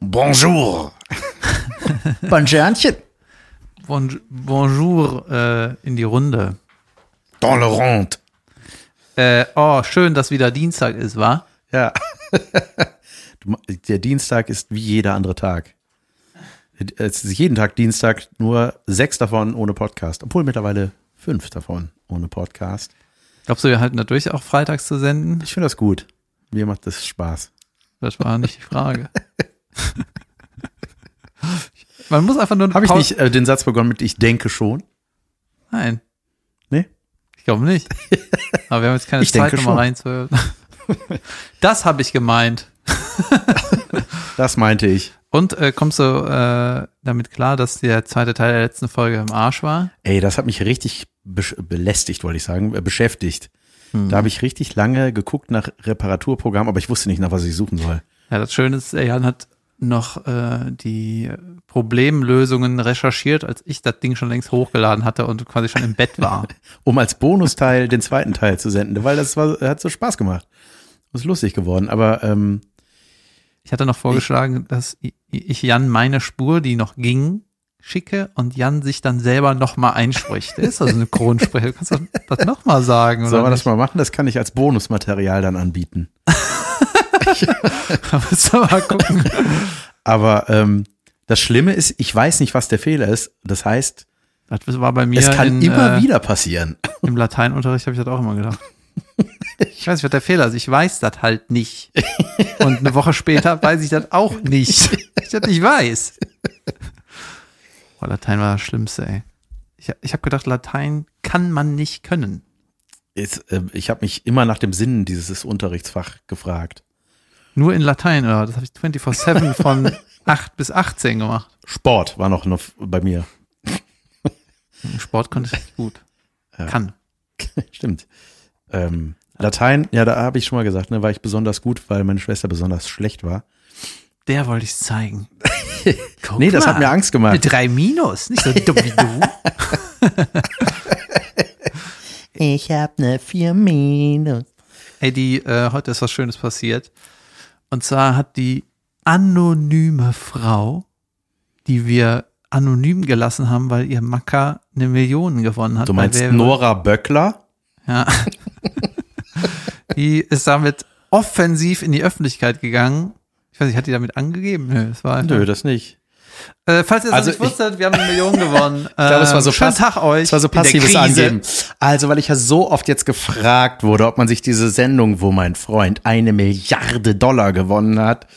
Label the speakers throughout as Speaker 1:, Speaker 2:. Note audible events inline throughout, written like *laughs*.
Speaker 1: Bonjour. Bonjournchen.
Speaker 2: Bonj- Bonjour äh, in die Runde.
Speaker 1: Dans le rond.
Speaker 2: Äh, oh, schön, dass wieder Dienstag ist, wa?
Speaker 3: Ja. Du ma- Der Dienstag ist wie jeder andere Tag. Es ist jeden Tag Dienstag, nur sechs davon ohne Podcast. Obwohl mittlerweile fünf davon ohne Podcast.
Speaker 2: Glaubst du, wir halten da durch, auch freitags zu senden?
Speaker 3: Ich finde das gut. Mir macht das Spaß.
Speaker 2: Das war nicht
Speaker 3: *laughs*
Speaker 2: die Frage. Man muss einfach nur.
Speaker 3: Habe ich
Speaker 2: Pau-
Speaker 3: nicht äh, den Satz begonnen mit Ich denke schon?
Speaker 2: Nein.
Speaker 3: Nee?
Speaker 2: Ich
Speaker 3: *laughs*
Speaker 2: glaube nicht. Aber wir haben jetzt keine
Speaker 3: Ich
Speaker 2: Zeit,
Speaker 3: denke
Speaker 2: nochmal
Speaker 3: schon.
Speaker 2: reinzuhören. *laughs* Das habe ich gemeint.
Speaker 3: Das meinte ich.
Speaker 2: Und äh, kommst du äh, damit klar, dass der zweite Teil der letzten Folge im Arsch war?
Speaker 3: Ey, das hat mich richtig besch- belästigt, wollte ich sagen, äh, beschäftigt.
Speaker 2: Hm.
Speaker 3: Da habe ich richtig lange geguckt nach Reparaturprogramm, aber ich wusste nicht, nach was ich suchen soll.
Speaker 2: Ja, das Schöne ist, der Jan hat noch äh, die Problemlösungen recherchiert, als ich das Ding schon längst hochgeladen hatte und quasi schon im Bett war.
Speaker 3: *laughs* um als Bonusteil den zweiten Teil zu senden, weil das war, hat so Spaß gemacht. Ist lustig geworden, aber ähm,
Speaker 2: Ich hatte noch vorgeschlagen, dass i- ich Jan meine Spur, die noch ging, schicke und Jan sich dann selber nochmal einspricht. Der ist also eine Grundsprecher. Du kannst doch das nochmal sagen.
Speaker 3: sollen wir
Speaker 2: oder
Speaker 3: das mal machen? Das kann ich als Bonusmaterial dann anbieten.
Speaker 2: nicht? *laughs* Müssen wir mal gucken.
Speaker 3: *laughs* Aber ähm, das Schlimme ist, ich weiß nicht, was der Fehler ist. Das heißt,
Speaker 2: Das war bei mir
Speaker 3: es kann
Speaker 2: in,
Speaker 3: immer
Speaker 2: äh,
Speaker 3: wieder passieren.
Speaker 2: Im Lateinunterricht habe ich das auch
Speaker 3: *laughs*
Speaker 2: immer gedacht. Ich weiß nicht, was der Fehler ist. Ich weiß das halt nicht. Und eine Woche später weiß ich das auch nicht. Ich das nicht weiß. Boah, Latein war das Schlimmste, ey. Ich, ich habe gedacht, Latein kann man nicht können.
Speaker 3: Jetzt, ähm, ich habe mich immer nach dem Sinn dieses Unterrichtsfach gefragt.
Speaker 2: Nur in Latein, oder? Das habe ich 24-7 von 8 bis 18 gemacht.
Speaker 3: Sport war noch, noch bei mir. *laughs*
Speaker 2: Im Sport konnte ich nicht gut.
Speaker 3: Ja.
Speaker 2: Kann.
Speaker 3: Stimmt. Ähm, Latein, ja, da habe ich schon mal gesagt, ne, war ich besonders gut, weil meine Schwester besonders schlecht war.
Speaker 2: Der wollte
Speaker 3: *laughs*
Speaker 2: ich zeigen. Oh, Guck
Speaker 3: Nee, das hat
Speaker 2: mal.
Speaker 3: mir Angst gemacht.
Speaker 2: Eine 3 Minus, nicht so dumm wie du.
Speaker 1: Ich hab ne 4 Minus.
Speaker 2: Ey, die, äh, heute ist was Schönes passiert. Und zwar hat die anonyme Frau, die wir anonym gelassen haben, weil ihr Macker eine Million gewonnen hat.
Speaker 3: Du
Speaker 2: bei
Speaker 3: meinst
Speaker 2: Wer-
Speaker 3: Nora Böckler?
Speaker 2: Ja. die ist damit offensiv in die Öffentlichkeit gegangen. Ich weiß nicht, hat die damit angegeben? Nö, es war.
Speaker 3: Nö, das nicht.
Speaker 2: Äh, falls ihr es
Speaker 3: Also
Speaker 2: nicht wusstet, wir haben eine Million
Speaker 3: *laughs*
Speaker 2: gewonnen. Ich
Speaker 3: glaube, es war so
Speaker 2: schönen
Speaker 3: pass-
Speaker 2: Tag euch.
Speaker 3: Es war so
Speaker 2: in der
Speaker 3: passives
Speaker 2: Krise.
Speaker 3: Angeben. Also, weil ich ja so oft jetzt gefragt wurde, ob man sich diese Sendung, wo mein Freund eine Milliarde Dollar gewonnen hat,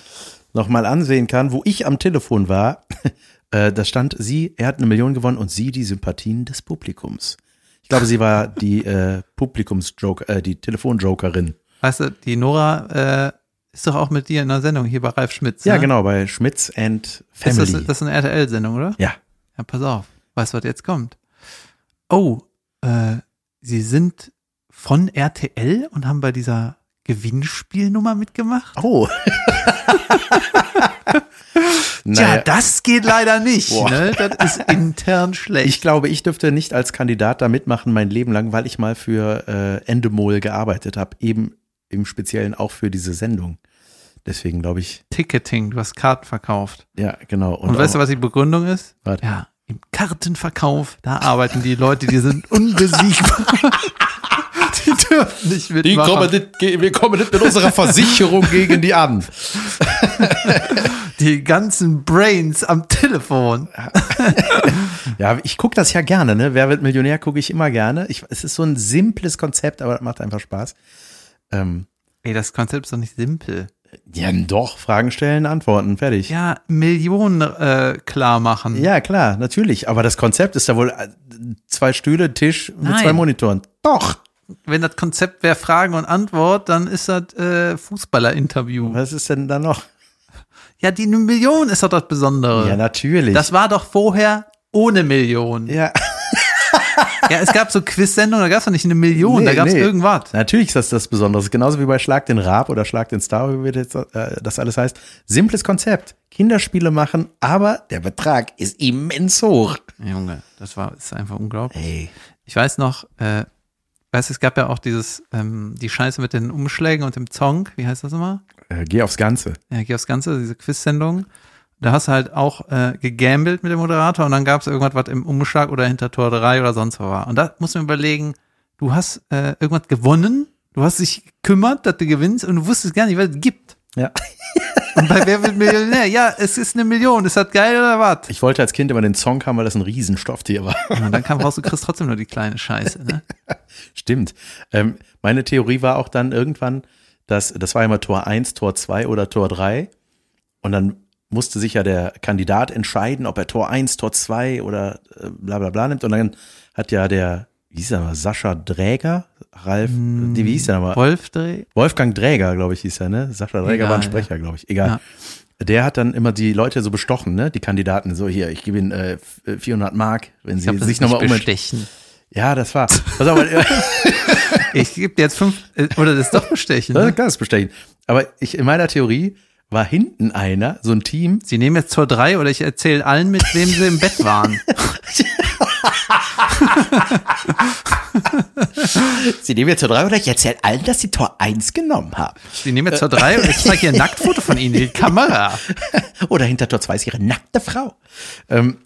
Speaker 3: nochmal ansehen kann, wo ich am Telefon war. *laughs* Äh, da stand sie, er hat eine Million gewonnen und sie die Sympathien des Publikums. Ich glaube, sie war die äh, Publikumsjoker, äh, die Telefonjokerin.
Speaker 2: Weißt du, die Nora äh, ist doch auch mit dir in der Sendung hier bei Ralf Schmitz.
Speaker 3: Ja,
Speaker 2: ne?
Speaker 3: genau, bei Schmitz and
Speaker 2: Ist
Speaker 3: Family.
Speaker 2: das, das ist eine RTL-Sendung, oder?
Speaker 3: ja.
Speaker 2: Ja, pass auf. Weißt du, was jetzt kommt? Oh, äh, sie sind von RTL und haben bei dieser Gewinnspielnummer mitgemacht?
Speaker 3: Oh. *laughs*
Speaker 2: Tja,
Speaker 3: Naja.
Speaker 2: das geht leider nicht.
Speaker 3: Boah.
Speaker 2: Ne?
Speaker 3: *laughs*
Speaker 2: Das ist intern
Speaker 3: Ich
Speaker 2: schlecht.
Speaker 3: glaube, ich dürfte nicht als Kandidat da mitmachen mein Leben lang, weil ich mal für äh, Endemol gearbeitet habe, eben im Speziellen auch für diese Sendung. Deswegen glaube ich,
Speaker 2: Ticketing, du hast Karten verkauft.
Speaker 3: ja, genau.
Speaker 2: Und, weißt du, was die Begründung ist?
Speaker 3: was? *laughs*
Speaker 2: Ja, im Kartenverkauf, da arbeiten die Leute,
Speaker 3: *laughs*
Speaker 2: die sind unbesiegbar. die dürfen nicht mitmachen.
Speaker 3: wir kommen nicht mit unserer Versicherung gegen die an.
Speaker 2: die ganzen Brains am Telefon.
Speaker 3: Ja, ich gucke das ja gerne, ne? Wer wird Millionär gucke ich immer gerne. Ich, es ist so ein simples Konzept, aber das macht einfach Spaß. Ähm,
Speaker 2: Ey, das Konzept ist doch nicht simpel.
Speaker 3: ja, doch, Fragen stellen, Antworten, fertig.
Speaker 2: Ja, Millionen äh, klar machen.
Speaker 3: Ja, klar, natürlich. Aber das Konzept ist da wohl äh, zwei Stühle, Tisch mit
Speaker 2: Nein.
Speaker 3: zwei Monitoren. Doch.
Speaker 2: Wenn das Konzept wäre Fragen und Antwort, dann ist das äh, Fußballer-Interview.
Speaker 3: Was ist denn da noch?
Speaker 2: Ja, die Million ist doch das Besondere.
Speaker 3: Ja, natürlich.
Speaker 2: das war doch vorher ohne Million. Ja,
Speaker 3: ja,
Speaker 2: es gab so Quiz-Sendungen, da gab es doch nicht eine Million,
Speaker 3: Nee,
Speaker 2: da gab es
Speaker 3: nee.
Speaker 2: irgendwas.
Speaker 3: natürlich ist das das Besondere. Genauso wie bei Schlag den Raab oder Schlag den Star, wie wir jetzt, äh, das alles heißt. Simples Konzept. Kinderspiele machen, aber der Betrag ist immens hoch.
Speaker 2: Junge, das war ist einfach unglaublich.
Speaker 3: Ey.
Speaker 2: Ich weiß noch, äh, weißt du, es gab ja auch dieses, ähm, die Scheiße mit den Umschlägen und dem Zong, wie heißt das immer?
Speaker 3: Äh, geh aufs Ganze.
Speaker 2: Ja, geh aufs Ganze, diese Quiz-Sendung. Da hast du halt auch äh, gegambelt mit dem Moderator und dann gab es irgendwas, was im Umschlag oder hinter Tor 3 oder sonst was war. Und da musst du mir überlegen, du hast äh, irgendwas gewonnen, du hast dich gekümmert, dass du gewinnst und du wusstest gar nicht, was es gibt.
Speaker 3: Ja.
Speaker 2: Und bei Wer wird Millionär? Ja, es ist eine Million, ist das geil oder was?
Speaker 3: Ich wollte als Kind immer den Song haben, weil das ein Riesenstofftier war.
Speaker 2: Und dann kam raus, du kriegst trotzdem nur die kleine Scheiße.
Speaker 3: *laughs*
Speaker 2: Ne?
Speaker 3: Stimmt. Ähm, meine Theorie war auch dann irgendwann, dass das war immer Tor 1, Tor 2 oder Tor 3. Und dann musste sich ja der Kandidat entscheiden, ob er Tor 1, Tor 2 oder äh, bla bla bla nimmt. Und dann hat ja der, wie hieß er nochmal, Sascha Dräger, Ralf, nee, wie hieß der nochmal?
Speaker 2: Hm. Wolf Dreh?
Speaker 3: Wolfgang Dräger, glaube ich, hieß er, ne? Sascha Dräger
Speaker 2: Egal,
Speaker 3: war ein
Speaker 2: ja.
Speaker 3: Sprecher, glaube ich. Egal. Der hat dann immer die Leute so bestochen, ne? Die Kandidaten so hier, ich gebe ihnen äh, 400 Mark, wenn sie
Speaker 2: Ich hab das
Speaker 3: sich um-
Speaker 2: nicht
Speaker 3: nochmal umentscheiden.
Speaker 2: bestechen.
Speaker 3: Ja, das war. Pass auf, weil- äh,
Speaker 2: Ich gebe dir jetzt fünf, äh, oder das ist doch
Speaker 3: *laughs*
Speaker 2: bestechen.
Speaker 3: das
Speaker 2: Ne?
Speaker 3: kann es bestechen. Aber ich in meiner Theorie war hinten einer, so ein Team,
Speaker 2: Sie nehmen jetzt Tor 3 oder ich erzähle allen, mit wem sie im Bett waren.
Speaker 3: Sie nehmen jetzt Tor 3 oder ich erzähle allen, dass sie Tor 1 genommen haben. *laughs*
Speaker 2: Sie nehmen jetzt Tor 3 und ich zeige hier ein Nacktfoto von ihnen in die Kamera.
Speaker 3: Oder hinter Tor 2 ist ihre nackte Frau. Ähm,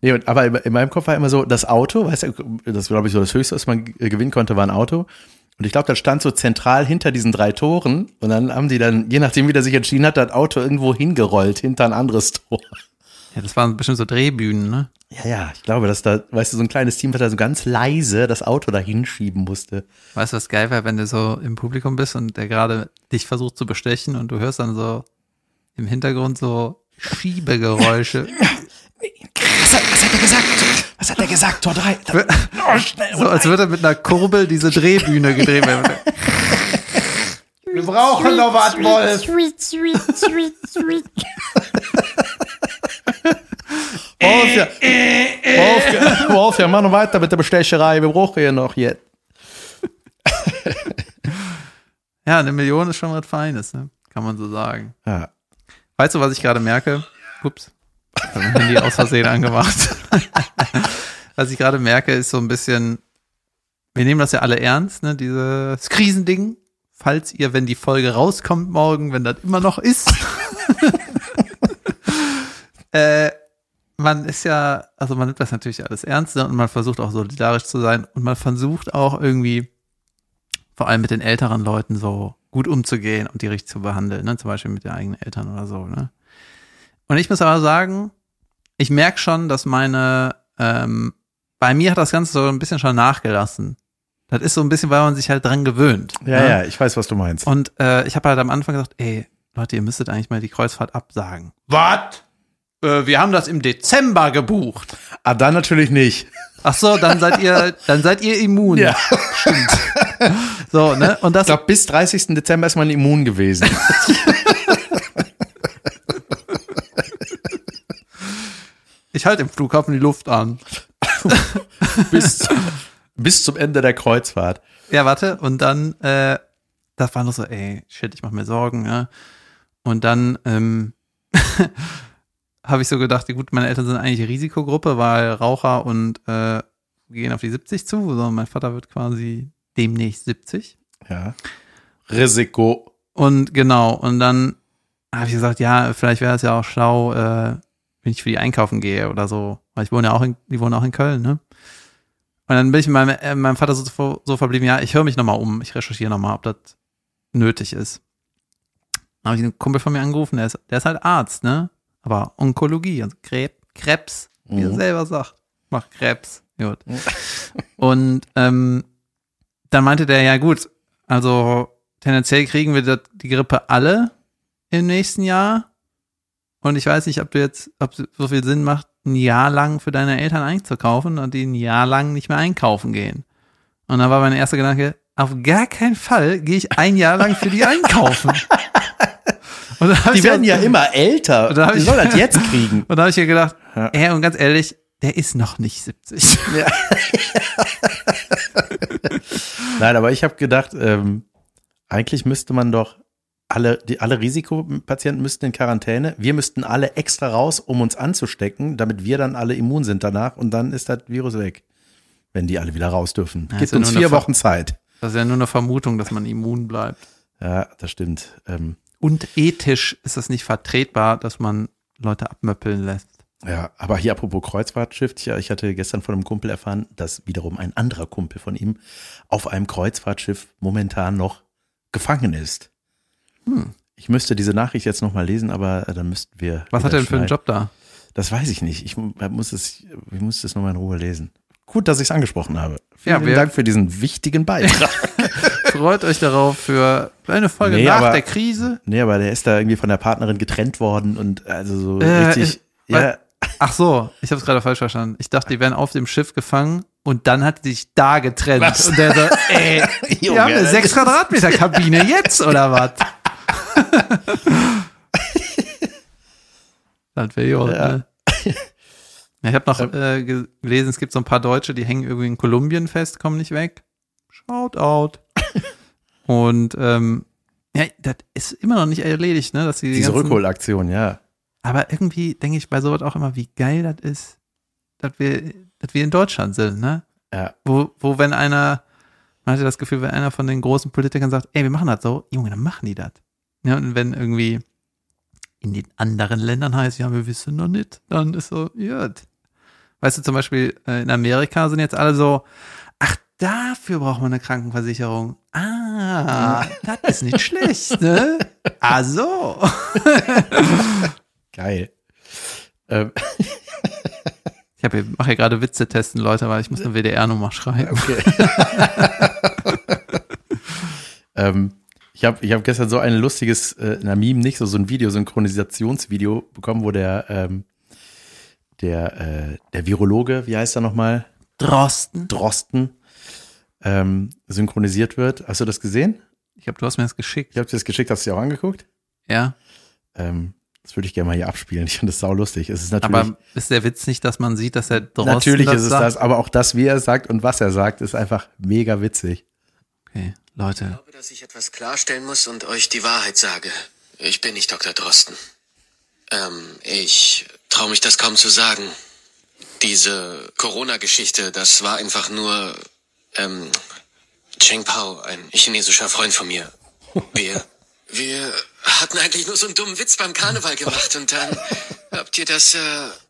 Speaker 3: nee, und, aber in, in meinem Kopf war immer so, das Auto, weißt du, das glaube ich so das Höchste, was man äh, gewinnen konnte, war ein Auto. Und ich glaube, das stand so zentral hinter diesen drei Toren. Und dann haben die dann, je nachdem, wie der sich entschieden hat, das Auto irgendwo hingerollt hinter ein anderes Tor.
Speaker 2: Ja, das waren bestimmt so Drehbühnen, ne?
Speaker 3: Ja, ja, ich glaube, dass da, weißt du, so ein kleines Team, was da so ganz leise das Auto da hinschieben musste.
Speaker 2: Weißt du, was geil wäre, wenn du so im Publikum bist und der gerade dich versucht zu bestechen und du hörst dann so im Hintergrund so Schiebegeräusche.
Speaker 3: Was hat, was hat er gesagt? Was hat er gesagt? Tor 3. Oh, schnell.
Speaker 2: So als würde mit einer Kurbel diese Drehbühne gedreht werden.
Speaker 3: Wir brauchen noch was, Wolf.
Speaker 4: Sweet, sweet, sweet, sweet.
Speaker 3: Wolfgang, Äh, Wolfgang, Wolfgang, mach noch weiter mit der Bestecherei. Wir brauchen hier noch jetzt.
Speaker 2: Ja, eine Million ist schon was Feines, ne? Kann man so sagen.
Speaker 3: Ja.
Speaker 2: Weißt du, was ich gerade merke? Ups. Ich habe mein Handy aus Versehen angemacht. *laughs* was ich gerade merke, ist so ein bisschen, wir nehmen das ja alle ernst, ne? Dieses Krisending. Falls ihr, wenn die Folge rauskommt morgen, wenn das immer
Speaker 3: *laughs*
Speaker 2: noch ist. äh, man ist ja, also man nimmt das natürlich alles ernst ne? und man versucht auch solidarisch zu sein und man versucht auch irgendwie vor allem mit den älteren Leuten so gut umzugehen und die richtig zu behandeln, ne? zum Beispiel mit den eigenen Eltern oder so. Ne? Und ich muss aber sagen, ich merke schon, dass meine, ähm, bei mir hat das Ganze so ein bisschen schon nachgelassen. Das ist so ein bisschen, weil man sich halt dran gewöhnt.
Speaker 3: Ja,
Speaker 2: ne?
Speaker 3: ja, ich weiß, was du meinst.
Speaker 2: Und äh, ich habe halt am Anfang gesagt, ey, Leute, ihr müsstet eigentlich mal die Kreuzfahrt absagen. Was? Äh, wir haben das im Dezember gebucht.
Speaker 3: Ah, dann natürlich nicht.
Speaker 2: Ach so, dann seid
Speaker 3: *laughs*
Speaker 2: ihr, dann seid ihr immun.
Speaker 3: Ja.
Speaker 2: Stimmt. So, ne? Und das
Speaker 3: Ich glaube, bis 30. Dezember ist man immun *laughs* gewesen.
Speaker 2: Ich halte im Flughafen die Luft an.
Speaker 3: bis, bis zum Ende der Kreuzfahrt.
Speaker 2: Ja, warte. Und dann, äh, das war noch so, ey, shit, ich mache mir Sorgen. Ja. Und dann ähm, *laughs* habe ich so gedacht, ja gut, meine Eltern sind eigentlich Risikogruppe, weil Raucher und äh, gehen auf die 70 zu. So, mein Vater wird quasi demnächst 70.
Speaker 3: Ja. Risiko.
Speaker 2: Und genau, und dann habe ich gesagt, ja, vielleicht wäre es ja auch schlau, äh, wenn ich für die einkaufen gehe oder so. Weil ich wohne ja auch in, die wohnen auch in Köln, ne? Und dann bin ich mit meinem, äh, meinem Vater so, so- so verblieben, ja, ich höre mich nochmal um, ich recherchiere nochmal, ob das nötig ist. Dann habe ich einen Kumpel von mir angerufen, der ist, der ist halt Arzt, ne? Aber Onkologie, also Krebs, Krebs wie er
Speaker 3: Mhm.
Speaker 2: selber sagt, mach Krebs. Gut.
Speaker 3: *laughs*
Speaker 2: Und ähm, dann meinte der, ja gut, also tendenziell kriegen wir das, die Grippe alle im nächsten Jahr. Und ich weiß nicht, ob du jetzt, ob es so viel Sinn macht, ein Jahr lang für deine Eltern einzukaufen und die ein Jahr lang nicht mehr einkaufen gehen. Und dann war mein erster Gedanke, auf gar keinen Fall gehe ich ein Jahr lang für
Speaker 3: *laughs*
Speaker 2: die einkaufen. Und dann hab
Speaker 3: Die
Speaker 2: ich
Speaker 3: werden
Speaker 2: auch-
Speaker 3: ja immer älter.
Speaker 2: Da hab
Speaker 3: Die
Speaker 2: ich-
Speaker 3: soll das jetzt kriegen.
Speaker 2: und da habe ich mir gedacht,
Speaker 3: Ja.
Speaker 2: ey, und ganz ehrlich, der ist noch nicht 70.
Speaker 3: Nein, aber ich habe gedacht, ähm, eigentlich müsste man doch alle, die, alle Risikopatienten müssten in Quarantäne. Wir müssten alle extra raus, um uns anzustecken, damit wir dann alle immun sind danach und dann ist das Virus weg, wenn die alle wieder raus dürfen.
Speaker 2: Ja,
Speaker 3: Gibt
Speaker 2: ist ja
Speaker 3: uns
Speaker 2: Also nur
Speaker 3: vier
Speaker 2: eine Ver-
Speaker 3: Wochen Zeit.
Speaker 2: Das ist ja nur eine Vermutung, dass man immun bleibt.
Speaker 3: Ja, das stimmt. Ähm,
Speaker 2: Und ethisch ist das nicht vertretbar, dass man Leute abmöppeln lässt.
Speaker 3: Ja, aber hier apropos Kreuzfahrtschiff, ich, ich hatte gestern von einem Kumpel erfahren, dass wiederum ein anderer Kumpel von ihm auf einem Kreuzfahrtschiff momentan noch gefangen ist.
Speaker 2: Hm.
Speaker 3: Ich müsste diese Nachricht jetzt nochmal lesen, aber äh, dann müssten wir.
Speaker 2: Was hat
Speaker 3: wieder
Speaker 2: er denn für einen
Speaker 3: schneiden.
Speaker 2: Job da?
Speaker 3: Das weiß ich nicht. Ich mu- äh, muss es, ich muss es nochmal in Ruhe lesen. Gut, dass ich es angesprochen habe.
Speaker 2: Ja,
Speaker 3: Vielen
Speaker 2: wir-
Speaker 3: Dank für diesen wichtigen
Speaker 2: *laughs*
Speaker 3: Beitrag.
Speaker 2: Freut euch darauf für eine Folge
Speaker 3: Nee,
Speaker 2: nach
Speaker 3: aber-
Speaker 2: der Krise.
Speaker 3: nee, aber der ist da irgendwie von der Partnerin getrennt worden und also so
Speaker 2: Äh,
Speaker 3: richtig. ja,
Speaker 2: Ach so, ich habe es gerade falsch verstanden. Ich dachte, die wären auf dem Schiff gefangen und dann hat die sich da getrennt.
Speaker 3: Was?
Speaker 2: Und der so, ey,
Speaker 3: *laughs* Junge,
Speaker 2: äh,
Speaker 3: äh,
Speaker 2: wir haben eine
Speaker 3: das
Speaker 2: 6
Speaker 3: ist- *laughs*
Speaker 2: Quadratmeter Kabine jetzt oder was? das wäre ja.
Speaker 3: Ja. Ähm.
Speaker 2: Ne? Ja, Ich habe noch äh, ge- gelesen, es gibt so ein paar Deutsche, die hängen irgendwie in Kolumbien fest, kommen nicht weg.
Speaker 3: *laughs*
Speaker 2: Shout out. Und ähm, ja, das ist immer noch nicht erledigt, ne? Dass die
Speaker 3: diese
Speaker 2: ganzen-
Speaker 3: Rückholaktion, ja.
Speaker 2: aber irgendwie denke ich bei sowas auch immer, wie geil das ist, dass wir, dass wir in Deutschland sind, ne?
Speaker 3: Ja.
Speaker 2: Wo, wo wenn einer, man hatte das Gefühl, wenn einer von den großen Politikern sagt, ey, wir machen das so, Junge, dann machen die das. Ja, und wenn irgendwie in den anderen Ländern heißt, ja, wir wissen noch nicht, dann ist so, ja. Weißt du, zum Beispiel äh, in Amerika sind jetzt alle so, ach, dafür braucht man eine Krankenversicherung. Ah, das ist nicht schlecht, ne? Ah, so.
Speaker 3: Geil. Ähm, *laughs*
Speaker 2: Ich hab hier, mache hier gerade Witze testen, Leute, weil ich muss eine WDR-Nummer schreiben.
Speaker 3: Okay. ähm, ich habe ich hab gestern so ein lustiges, äh, na Meme nicht, so, so ein Video, Synchronisationsvideo bekommen, wo der, ähm, der, äh, der Virologe, wie heißt er nochmal?
Speaker 2: Drosten.
Speaker 3: Drosten, ähm, synchronisiert wird. Hast du das gesehen?
Speaker 2: Ich glaube, du hast mir das geschickt.
Speaker 3: Ich habe dir das geschickt, hast du dir auch angeguckt?
Speaker 2: Ja.
Speaker 3: Ähm, das würde ich gerne mal hier abspielen. Ich finde das saulustig. Es ist natürlich,
Speaker 2: Aber ist der Witz nicht, dass man sieht, dass er Drosten
Speaker 3: natürlich ist es
Speaker 2: sagt?
Speaker 3: das, aber auch das, wie er es sagt und was er sagt, ist einfach mega witzig.
Speaker 2: Okay,
Speaker 5: Ich
Speaker 2: Leute.
Speaker 5: glaube, dass ich etwas klarstellen muss und euch die Wahrheit sage. Ich bin nicht Dr. Drosten. Ähm, ich traue mich das kaum zu sagen. Diese Corona-Geschichte, das war einfach nur, ähm, Cheng Pao, ein chinesischer Freund von mir. Wir, wir hatten eigentlich nur so einen dummen Witz beim Karneval gemacht und dann habt ihr das, äh,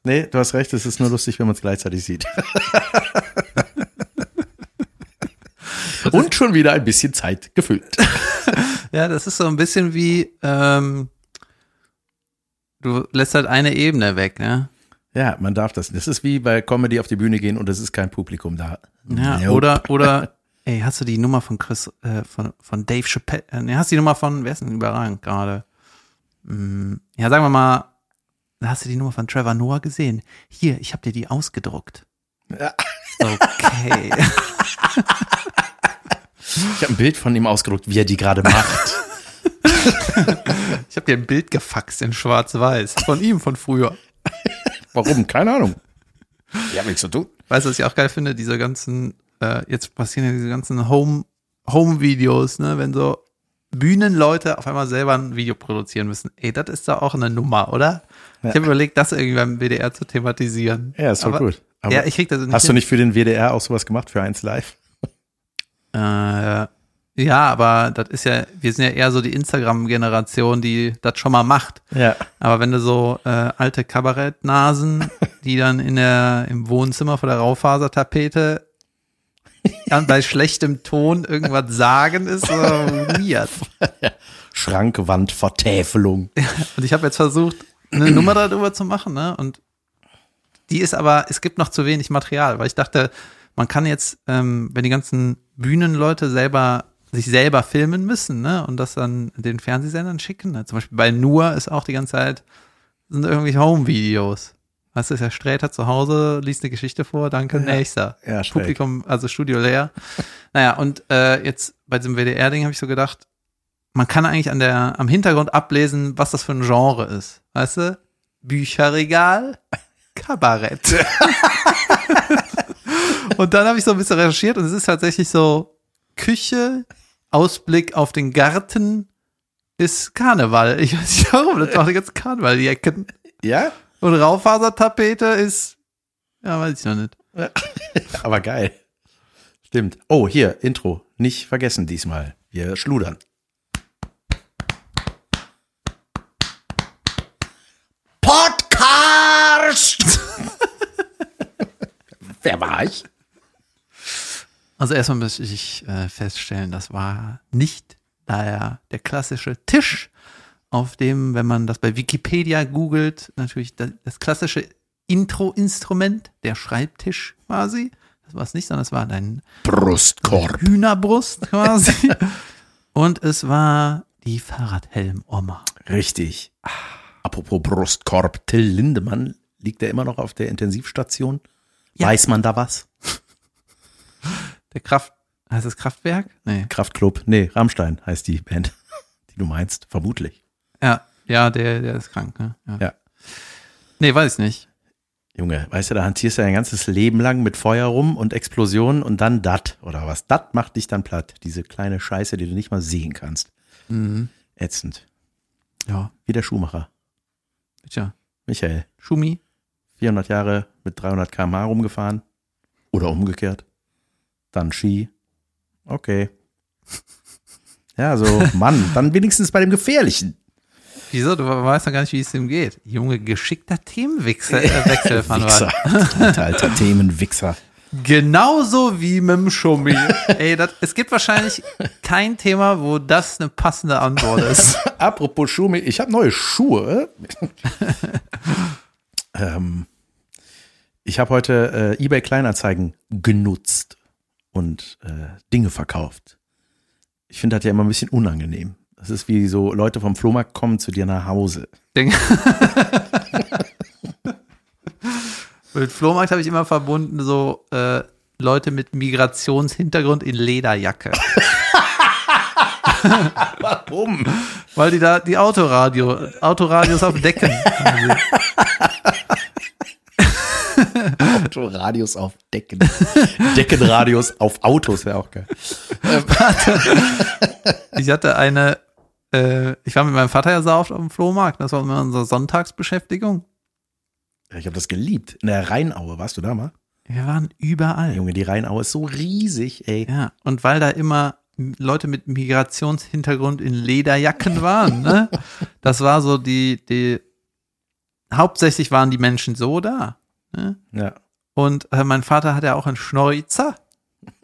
Speaker 3: Nee, du hast recht, es ist nur lustig, wenn man es gleichzeitig sieht. *laughs* Und schon wieder ein bisschen Zeit gefüllt.
Speaker 2: Ja, das ist so ein bisschen wie, ähm, du lässt halt eine Ebene weg, ne?
Speaker 3: Ja, man darf das. Das ist wie bei Comedy auf die Bühne gehen und es ist kein Publikum da.
Speaker 2: Ja,
Speaker 3: Nope.
Speaker 2: oder, oder, *laughs* ey, hast du die Nummer von Chris, äh, von, von Dave Chappelle, äh, nee, hast du die Nummer von, wer ist denn überragend gerade? Mm, ja, sagen wir mal, hast du die Nummer von Trevor Noah gesehen? Hier, ich habe dir die ausgedruckt.
Speaker 3: Ja.
Speaker 2: Okay.
Speaker 3: *laughs* Ich habe ein Bild von ihm ausgedruckt, wie er die gerade macht.
Speaker 2: *laughs* Ich habe dir ein Bild gefaxt in schwarz-weiß. Von ihm, von früher.
Speaker 3: *laughs* Warum? Keine Ahnung. Ich habe nichts zu tun.
Speaker 2: Weißt du, was ich auch geil finde? Diese ganzen, äh, jetzt passieren ja diese ganzen Home, Home-Videos, ne? Wenn so Bühnenleute auf einmal selber ein Video produzieren müssen. Ey, das ist doch auch eine Nummer, oder? Ich habe überlegt, das irgendwie beim WDR zu thematisieren.
Speaker 3: Ja, ist voll
Speaker 2: Aber-
Speaker 3: gut. Aber
Speaker 2: ja, ich krieg das nicht.
Speaker 3: hast du
Speaker 2: hin.
Speaker 3: nicht für den WDR auch sowas gemacht, für 1 Live?
Speaker 2: Äh, ja, aber das ist ja, wir sind ja eher so die Instagram-Generation, die das schon mal macht.
Speaker 3: Ja.
Speaker 2: Aber wenn du so äh, alte Kabarettnasen, die dann in der, im Wohnzimmer vor der Raufasertapete dann bei schlechtem Ton irgendwas sagen, ist so weird.
Speaker 3: Schrankwand, Vertäfelung.
Speaker 2: Und ich habe jetzt versucht, eine Nummer darüber zu machen, ne? Und die ist aber, es gibt noch zu wenig Material, weil ich dachte, man kann jetzt, ähm, wenn die ganzen Bühnenleute selber sich selber filmen müssen, ne? Und das dann den Fernsehsendern schicken. Ne? Zum Beispiel bei Nur ist auch die ganze Zeit, sind irgendwie Home-Videos. Weißt du, ist ja Sträter zu Hause, liest eine Geschichte vor, danke, nächster.
Speaker 3: ja, schräg.
Speaker 2: Publikum, also Studio leer. naja, und äh, jetzt bei diesem WDR-Ding habe ich so gedacht, man kann eigentlich an der, am Hintergrund ablesen, was das für ein Genre ist. Weißt du? Bücherregal, *laughs* Kabarett. und dann habe ich so ein bisschen recherchiert und es ist tatsächlich so Küche, Ausblick auf den Garten ist Karneval. Ich weiß nicht warum, das macht jetzt Karneval, die Ecken.
Speaker 3: Ja,
Speaker 2: Und Raufasertapete ist, ja, weiß ich noch nicht.
Speaker 3: aber geil. Stimmt. Oh, hier, Intro. Nicht vergessen diesmal. Wir schludern.
Speaker 1: Podcast!
Speaker 3: Wer war ich?
Speaker 2: Also erstmal muss ich äh, feststellen, das war nicht daher der klassische Tisch, auf dem, wenn man das bei Wikipedia googelt, natürlich das, das klassische Intro-Instrument, der Schreibtisch quasi. Das war es nicht, sondern es war ein
Speaker 3: Brustkorb.
Speaker 2: Hühnerbrust quasi. *laughs* Und es war die Fahrradhelm-Oma.
Speaker 3: Richtig. Apropos Brustkorb, Till Lindemann, liegt er immer noch auf der Intensivstation?
Speaker 2: Ja.
Speaker 3: Weiß man da was?
Speaker 2: Der Kraft, heißt das Kraftwerk? Nee.
Speaker 3: Kraftklub, nee, Rammstein heißt die Band, *laughs* die du meinst, vermutlich.
Speaker 2: Ja, ja der, der ist krank, ne? Ja.
Speaker 3: Ja.
Speaker 2: Nee, weiß ich nicht.
Speaker 3: Junge, weißt du, da hantierst du dein ganzes Leben lang mit Feuer rum und Explosionen und dann dat oder was. Dat macht dich dann platt. Diese kleine Scheiße, die du nicht mal sehen kannst.
Speaker 2: Mhm.
Speaker 3: Ätzend.
Speaker 2: Ja,
Speaker 3: Wie der Schuhmacher.
Speaker 2: tja.
Speaker 3: Michael,
Speaker 2: Schumi.
Speaker 3: 400 Jahre mit 300 km/h rumgefahren. Oder umgekehrt. Dann Ski. Okay. Ja, so, Mann, dann wenigstens bei dem Gefährlichen.
Speaker 2: Wieso? Du weißt ja gar nicht, wie es ihm geht. Junge, geschickter Themenwechsel.
Speaker 3: *laughs*
Speaker 2: Äh, Wechsel, Van Waal.
Speaker 3: Wichser. Alter, alter Themenwichser.
Speaker 2: Genauso wie mit dem
Speaker 3: *laughs*
Speaker 2: Schumi. Ey, das, es gibt wahrscheinlich kein Thema, wo das eine passende Antwort
Speaker 3: *laughs*
Speaker 2: ist.
Speaker 3: Apropos Schuhe, ich habe neue Schuhe. ähm, ich habe heute äh, eBay Kleinanzeigen genutzt und äh, Dinge verkauft. Ich finde das ja immer ein bisschen unangenehm. Das ist wie so Leute vom Flohmarkt kommen zu dir nach Hause.
Speaker 2: Ding. mit Flohmarkt habe ich immer verbunden, so äh, Leute mit Migrationshintergrund in Lederjacke.
Speaker 3: *laughs* Warum?
Speaker 2: Weil die da die Autoradio, Autoradios auf Decken. haben.
Speaker 3: Autoradius auf Decken. Deckenradius auf Autos wäre auch geil.
Speaker 2: Ich hatte eine, äh, ich war mit meinem Vater ja sehr oft auf dem Flohmarkt. Das war immer unsere Sonntagsbeschäftigung.
Speaker 3: Ich habe das geliebt. In der Rheinaue, warst du da mal?
Speaker 2: Wir waren überall.
Speaker 3: Junge, die Rheinaue ist so riesig, ey.
Speaker 2: Ja, und weil da immer Leute mit Migrationshintergrund in Lederjacken
Speaker 3: *laughs*
Speaker 2: waren, ne? Das war so die, die, hauptsächlich waren die Menschen so da. Ne?
Speaker 3: Ja.
Speaker 2: Und äh, mein Vater hat ja auch einen Schnäuzer.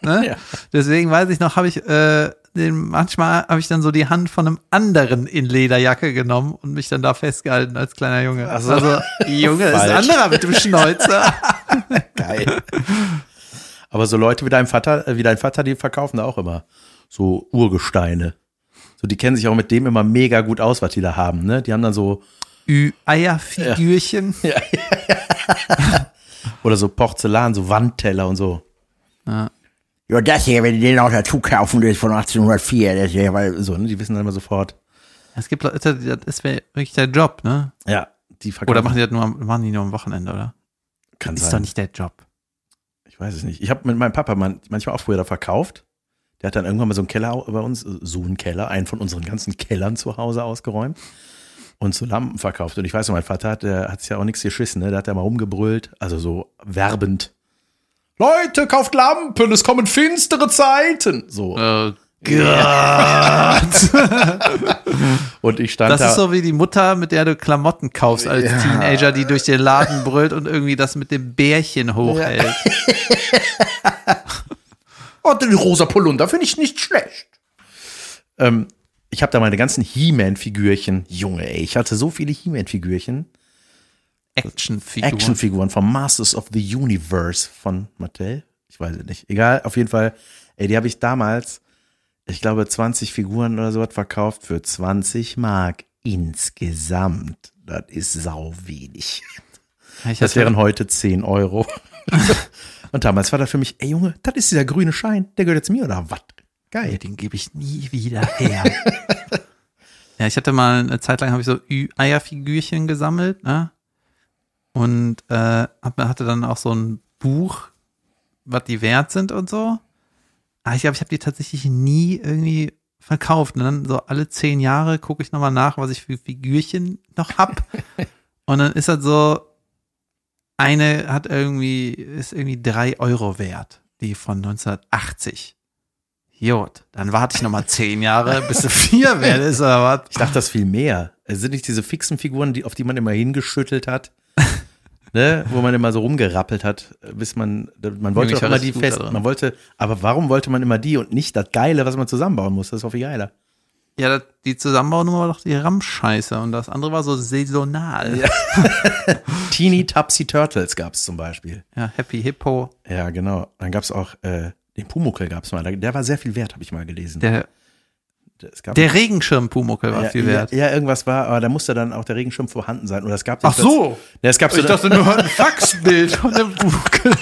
Speaker 2: Ne?
Speaker 3: *laughs* Ja.
Speaker 2: Deswegen weiß ich noch, habe ich äh, den, manchmal habe ich dann so die Hand von einem anderen in Lederjacke genommen und mich dann da festgehalten als kleiner Junge.
Speaker 3: Ach so.
Speaker 2: Also Junge ist ein
Speaker 3: *laughs* Falsch.
Speaker 2: anderer mit dem
Speaker 3: *laughs*
Speaker 2: Schnäuzer.
Speaker 3: Geil. *laughs* Aber so Leute wie dein Vater, äh, wie dein Vater, die verkaufen da auch immer so Urgesteine. So, die kennen sich auch mit dem immer mega gut aus, was die da haben, ne? Die haben dann so,
Speaker 2: Ü Eierfigürchen.
Speaker 3: oder so Porzellan, so Wandteller und so.
Speaker 1: Ja, das hier, wenn du den auch dazu kaufen willst von 1804, das hier, weil
Speaker 3: So, ne? Die wissen dann immer sofort.
Speaker 2: Es gibt Leute, die- das ist wirklich der Job, ne?
Speaker 3: Ja, die verkaufen.
Speaker 2: Oder machen die das nur am, machen die nur am Wochenende, oder?
Speaker 3: kann
Speaker 2: ist doch
Speaker 3: sein.
Speaker 2: nicht der Job.
Speaker 3: Ich weiß es nicht. Ich habe mit meinem Papa man- manchmal auch früher da verkauft. Der hat dann irgendwann mal so einen Keller au- bei uns, äh, so einen Keller, einen von unseren ganzen Kellern zu Hause ausgeräumt und so Lampen verkauft. Und ich weiß noch, mein Vater hat es ja auch nichts geschissen, ne? Der hat ja mal rumgebrüllt, also so werbend. Leute, kauft Lampen, es kommen finstere Zeiten. So.
Speaker 2: Äh,
Speaker 3: Und ich stand
Speaker 2: das
Speaker 3: da.
Speaker 2: ist so wie die Mutter, mit der du Klamotten kaufst als Teenager, die durch den Laden brüllt und irgendwie das mit dem Bärchen hochhält.
Speaker 3: *laughs* Oh, den rosa Polunder finde ich nicht schlecht. Ähm, ich habe da meine ganzen He-Man-Figürchen. Junge, ey, ich hatte so viele He-Man-Figürchen.
Speaker 2: Actionfigur.
Speaker 3: Actionfiguren vom Masters of the Universe von Mattel. Ich weiß es nicht. Egal, auf jeden Fall. Ey, die habe ich damals, ich glaube, 20 Figuren oder sowas verkauft für 20 Mark insgesamt. Das ist sau wenig.
Speaker 2: Ich
Speaker 3: Das
Speaker 2: hatte,
Speaker 3: wären heute 10 Euro. *laughs* Und damals war das für mich, ey Junge, das ist dieser grüne Schein, der gehört jetzt mir oder was?
Speaker 2: Ey,
Speaker 3: Geil.
Speaker 2: den gebe ich nie wieder her. ja, ich hatte mal eine Zeit lang habe ich so Ü Eierfigürchen gesammelt, ne? Und äh, hab- hatte dann auch so ein Buch, was die wert sind und so. Aber ich glaube, ich habe die tatsächlich nie irgendwie verkauft. Und dann so alle zehn Jahre gucke ich nochmal nach, was ich für Figürchen noch hab. und dann ist das so, eine hat irgendwie, ist irgendwie drei Euro wert, die von 1980. Jod, dann warte ich nochmal zehn Jahre, bis du *laughs* vier werdest oder was? *laughs*
Speaker 3: Ich dachte, das viel mehr. Es sind nicht diese fixen Figuren, die, auf die man immer hingeschüttelt hat. ne, wo man immer so rumgerappelt hat, bis man, man wollte
Speaker 2: Nämlich
Speaker 3: doch immer
Speaker 2: alles
Speaker 3: die
Speaker 2: gut
Speaker 3: fest,
Speaker 2: daran.
Speaker 3: man wollte, aber warum wollte man immer die und nicht das Geile, was man zusammenbauen muss? Das ist doch viel geiler.
Speaker 2: Ja, das, die Zusammenbaunummer war doch die Ramscheiße und das andere war so saisonal. Ja,
Speaker 3: Teeny Tupsy Turtles gab's zum Beispiel.
Speaker 2: Happy Hippo.
Speaker 3: Ja, genau. Dann gab's auch, äh, den Pumuckel gab's mal. Der war sehr viel wert, habe ich mal gelesen.
Speaker 2: Der,
Speaker 3: es gab
Speaker 2: der Regenschirmpumuckel war
Speaker 3: ja,
Speaker 2: viel wert.
Speaker 3: Ja, ja, irgendwas war, aber da musste dann auch der Regenschirm vorhanden sein. Oder es gab den
Speaker 2: Ach so.
Speaker 3: Platz- Ja, es gab so
Speaker 2: Ich dachte nur ein Faxbild von dem Pumuckel.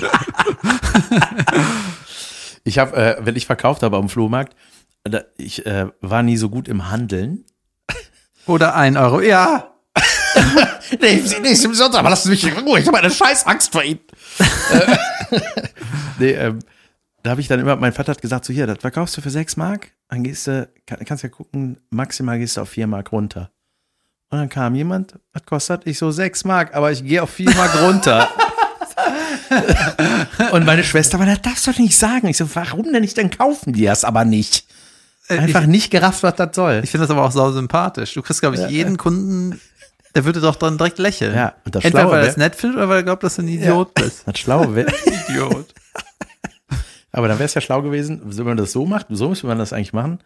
Speaker 3: Ich habe, äh, wenn ich verkauft habe am Flohmarkt, da, ich äh, war nie so gut im Handeln.
Speaker 2: Oder ein Euro. Ja.
Speaker 3: *laughs* Nee, nee, ist im Sonntag, aber lassen Sie mich in Ruhe. Ich habe eine scheiß Angst vor Ihnen. Äh, *laughs* nee, ähm, da habe ich dann immer, mein Vater hat gesagt, so hier, das verkaufst du für sechs Mark, dann gehst du, kann, kannst ja gucken, maximal gehst du auf vier Mark runter. Und dann kam jemand, was kostet? Ich so, sechs Mark, aber ich gehe auf vier Mark runter. *laughs* Und meine Schwester, aber das darfst du doch nicht sagen. Ich so, warum denn nicht? Dann kaufen die das aber nicht. Einfach *laughs* nicht gerafft, was das soll.
Speaker 2: äh, Ich finde das aber auch sau sympathisch. Du kriegst, glaube ich, jeden Kunden, der würde doch dann direkt lächeln.
Speaker 3: Ja, und das
Speaker 2: Entweder
Speaker 3: Schlaue
Speaker 2: weil er
Speaker 3: wär-
Speaker 2: es nett findet oder weil er glaubt, dass du ein Idiot bist.
Speaker 3: Das Schlaue *laughs* wäre.
Speaker 2: *laughs* Idiot.
Speaker 3: halt Aber dann wäre es ja schlau gewesen, wenn man das so macht, so müsste man das eigentlich machen,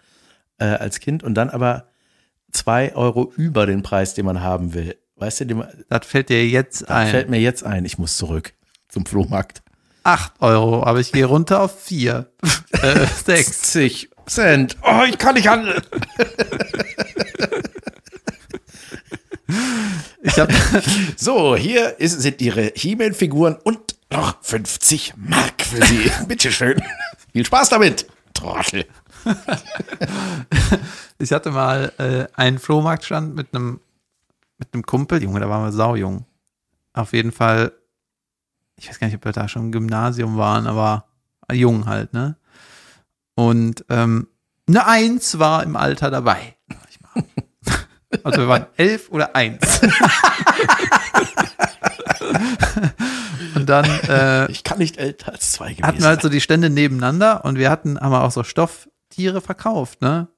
Speaker 3: äh, als Kind und dann aber zwei Euro über den Preis, den man haben will. Weißt du, dem,
Speaker 2: Das fällt dir jetzt
Speaker 3: das fällt
Speaker 2: ein.
Speaker 3: mir jetzt ein, ich muss zurück zum Flohmarkt.
Speaker 2: Acht Euro, aber ich gehe runter auf vier. *laughs* äh, sechs.
Speaker 3: 60 Cent. Oh, ich kann nicht handeln.
Speaker 2: *laughs* Ich habe
Speaker 3: *laughs* So, hier ist, sind Ihre He-Man-Figuren und noch 50 Mark für
Speaker 2: *laughs*
Speaker 3: Sie. Bitteschön. Viel Spaß damit. Trottel.
Speaker 2: Ich hatte mal äh, einen Flohmarktstand mit einem mit einem Kumpel, Junge, da waren wir saujung. Auf jeden Fall, ich weiß gar nicht, ob wir da schon im Gymnasium waren, aber jung halt, ne? Und ähm, eine Eins war im Alter dabei. *laughs* sag ich mal. Also wir waren elf oder eins. *laughs* Und dann äh,
Speaker 3: Ich kann nicht älter als zwei gewesen
Speaker 2: hatten wir halt so die Stände nebeneinander und wir hatten, haben wir auch so Stofftiere verkauft, ne?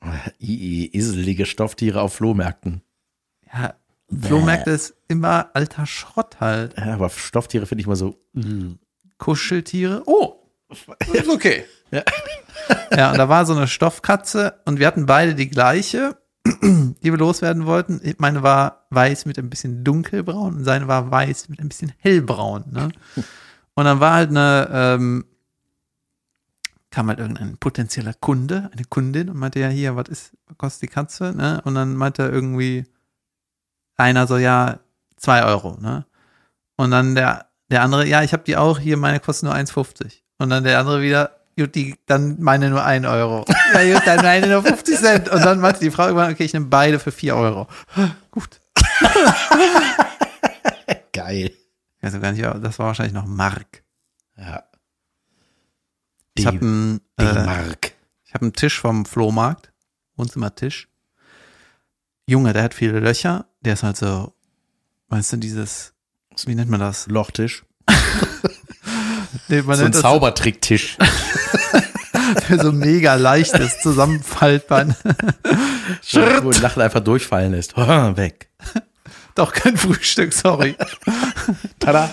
Speaker 3: sein. Ii, iselige Stofftiere auf Flohmärkten.
Speaker 2: Ja, Flohmärkte ist immer alter Schrott halt.
Speaker 3: Ja, aber Stofftiere finde ich mal so.
Speaker 2: Kuscheltiere. Oh!
Speaker 3: Ist okay.
Speaker 2: Ja, und da war so eine Stoffkatze und wir hatten beide die gleiche, die wir loswerden wollten. Ich- Meine war weiß mit ein bisschen dunkelbraun und seine war weiß mit ein bisschen hellbraun. Ne? Und dann war halt eine, ähm, kam halt irgendein potenzieller Kunde, eine Kundin und meinte, ja, hier, was ist, was kostet die Katze? Ne? Und dann meinte irgendwie einer so, ja, zwei Euro. Ne? Und dann der, der andere, ja, ich habe die auch, hier, meine kostet nur 1,50. Und dann der andere wieder, gut, die, dann meine nur
Speaker 3: *laughs*
Speaker 2: 1 Euro. Ja, gut, dann meine nur 50 Cent. Und dann meinte die Frau irgendwann, okay, ich nehme beide für 4 Euro. Gut.
Speaker 3: Geil.
Speaker 2: Also gar nicht, aber das war wahrscheinlich noch Mark.
Speaker 3: Ja.
Speaker 2: Ich habe einen,
Speaker 3: die
Speaker 2: äh,
Speaker 3: Mark.
Speaker 2: ich hab einen Tisch vom Flohmarkt, Wohnzimmertisch. Junge, der hat viele Löcher. Der ist halt so, weißt du, dieses, wie nennt man das?
Speaker 3: Lochtisch. So
Speaker 2: Nee, man
Speaker 3: ein
Speaker 2: nennt Also das
Speaker 3: Zaubertricktisch.
Speaker 2: *laughs* so mega leichtes Zusammenfaltband.
Speaker 3: Wo ein Lachen einfach durchfallen lässt. Ha, *laughs* Weg.
Speaker 2: *laughs* Doch kein Frühstück, sorry.
Speaker 3: Tada.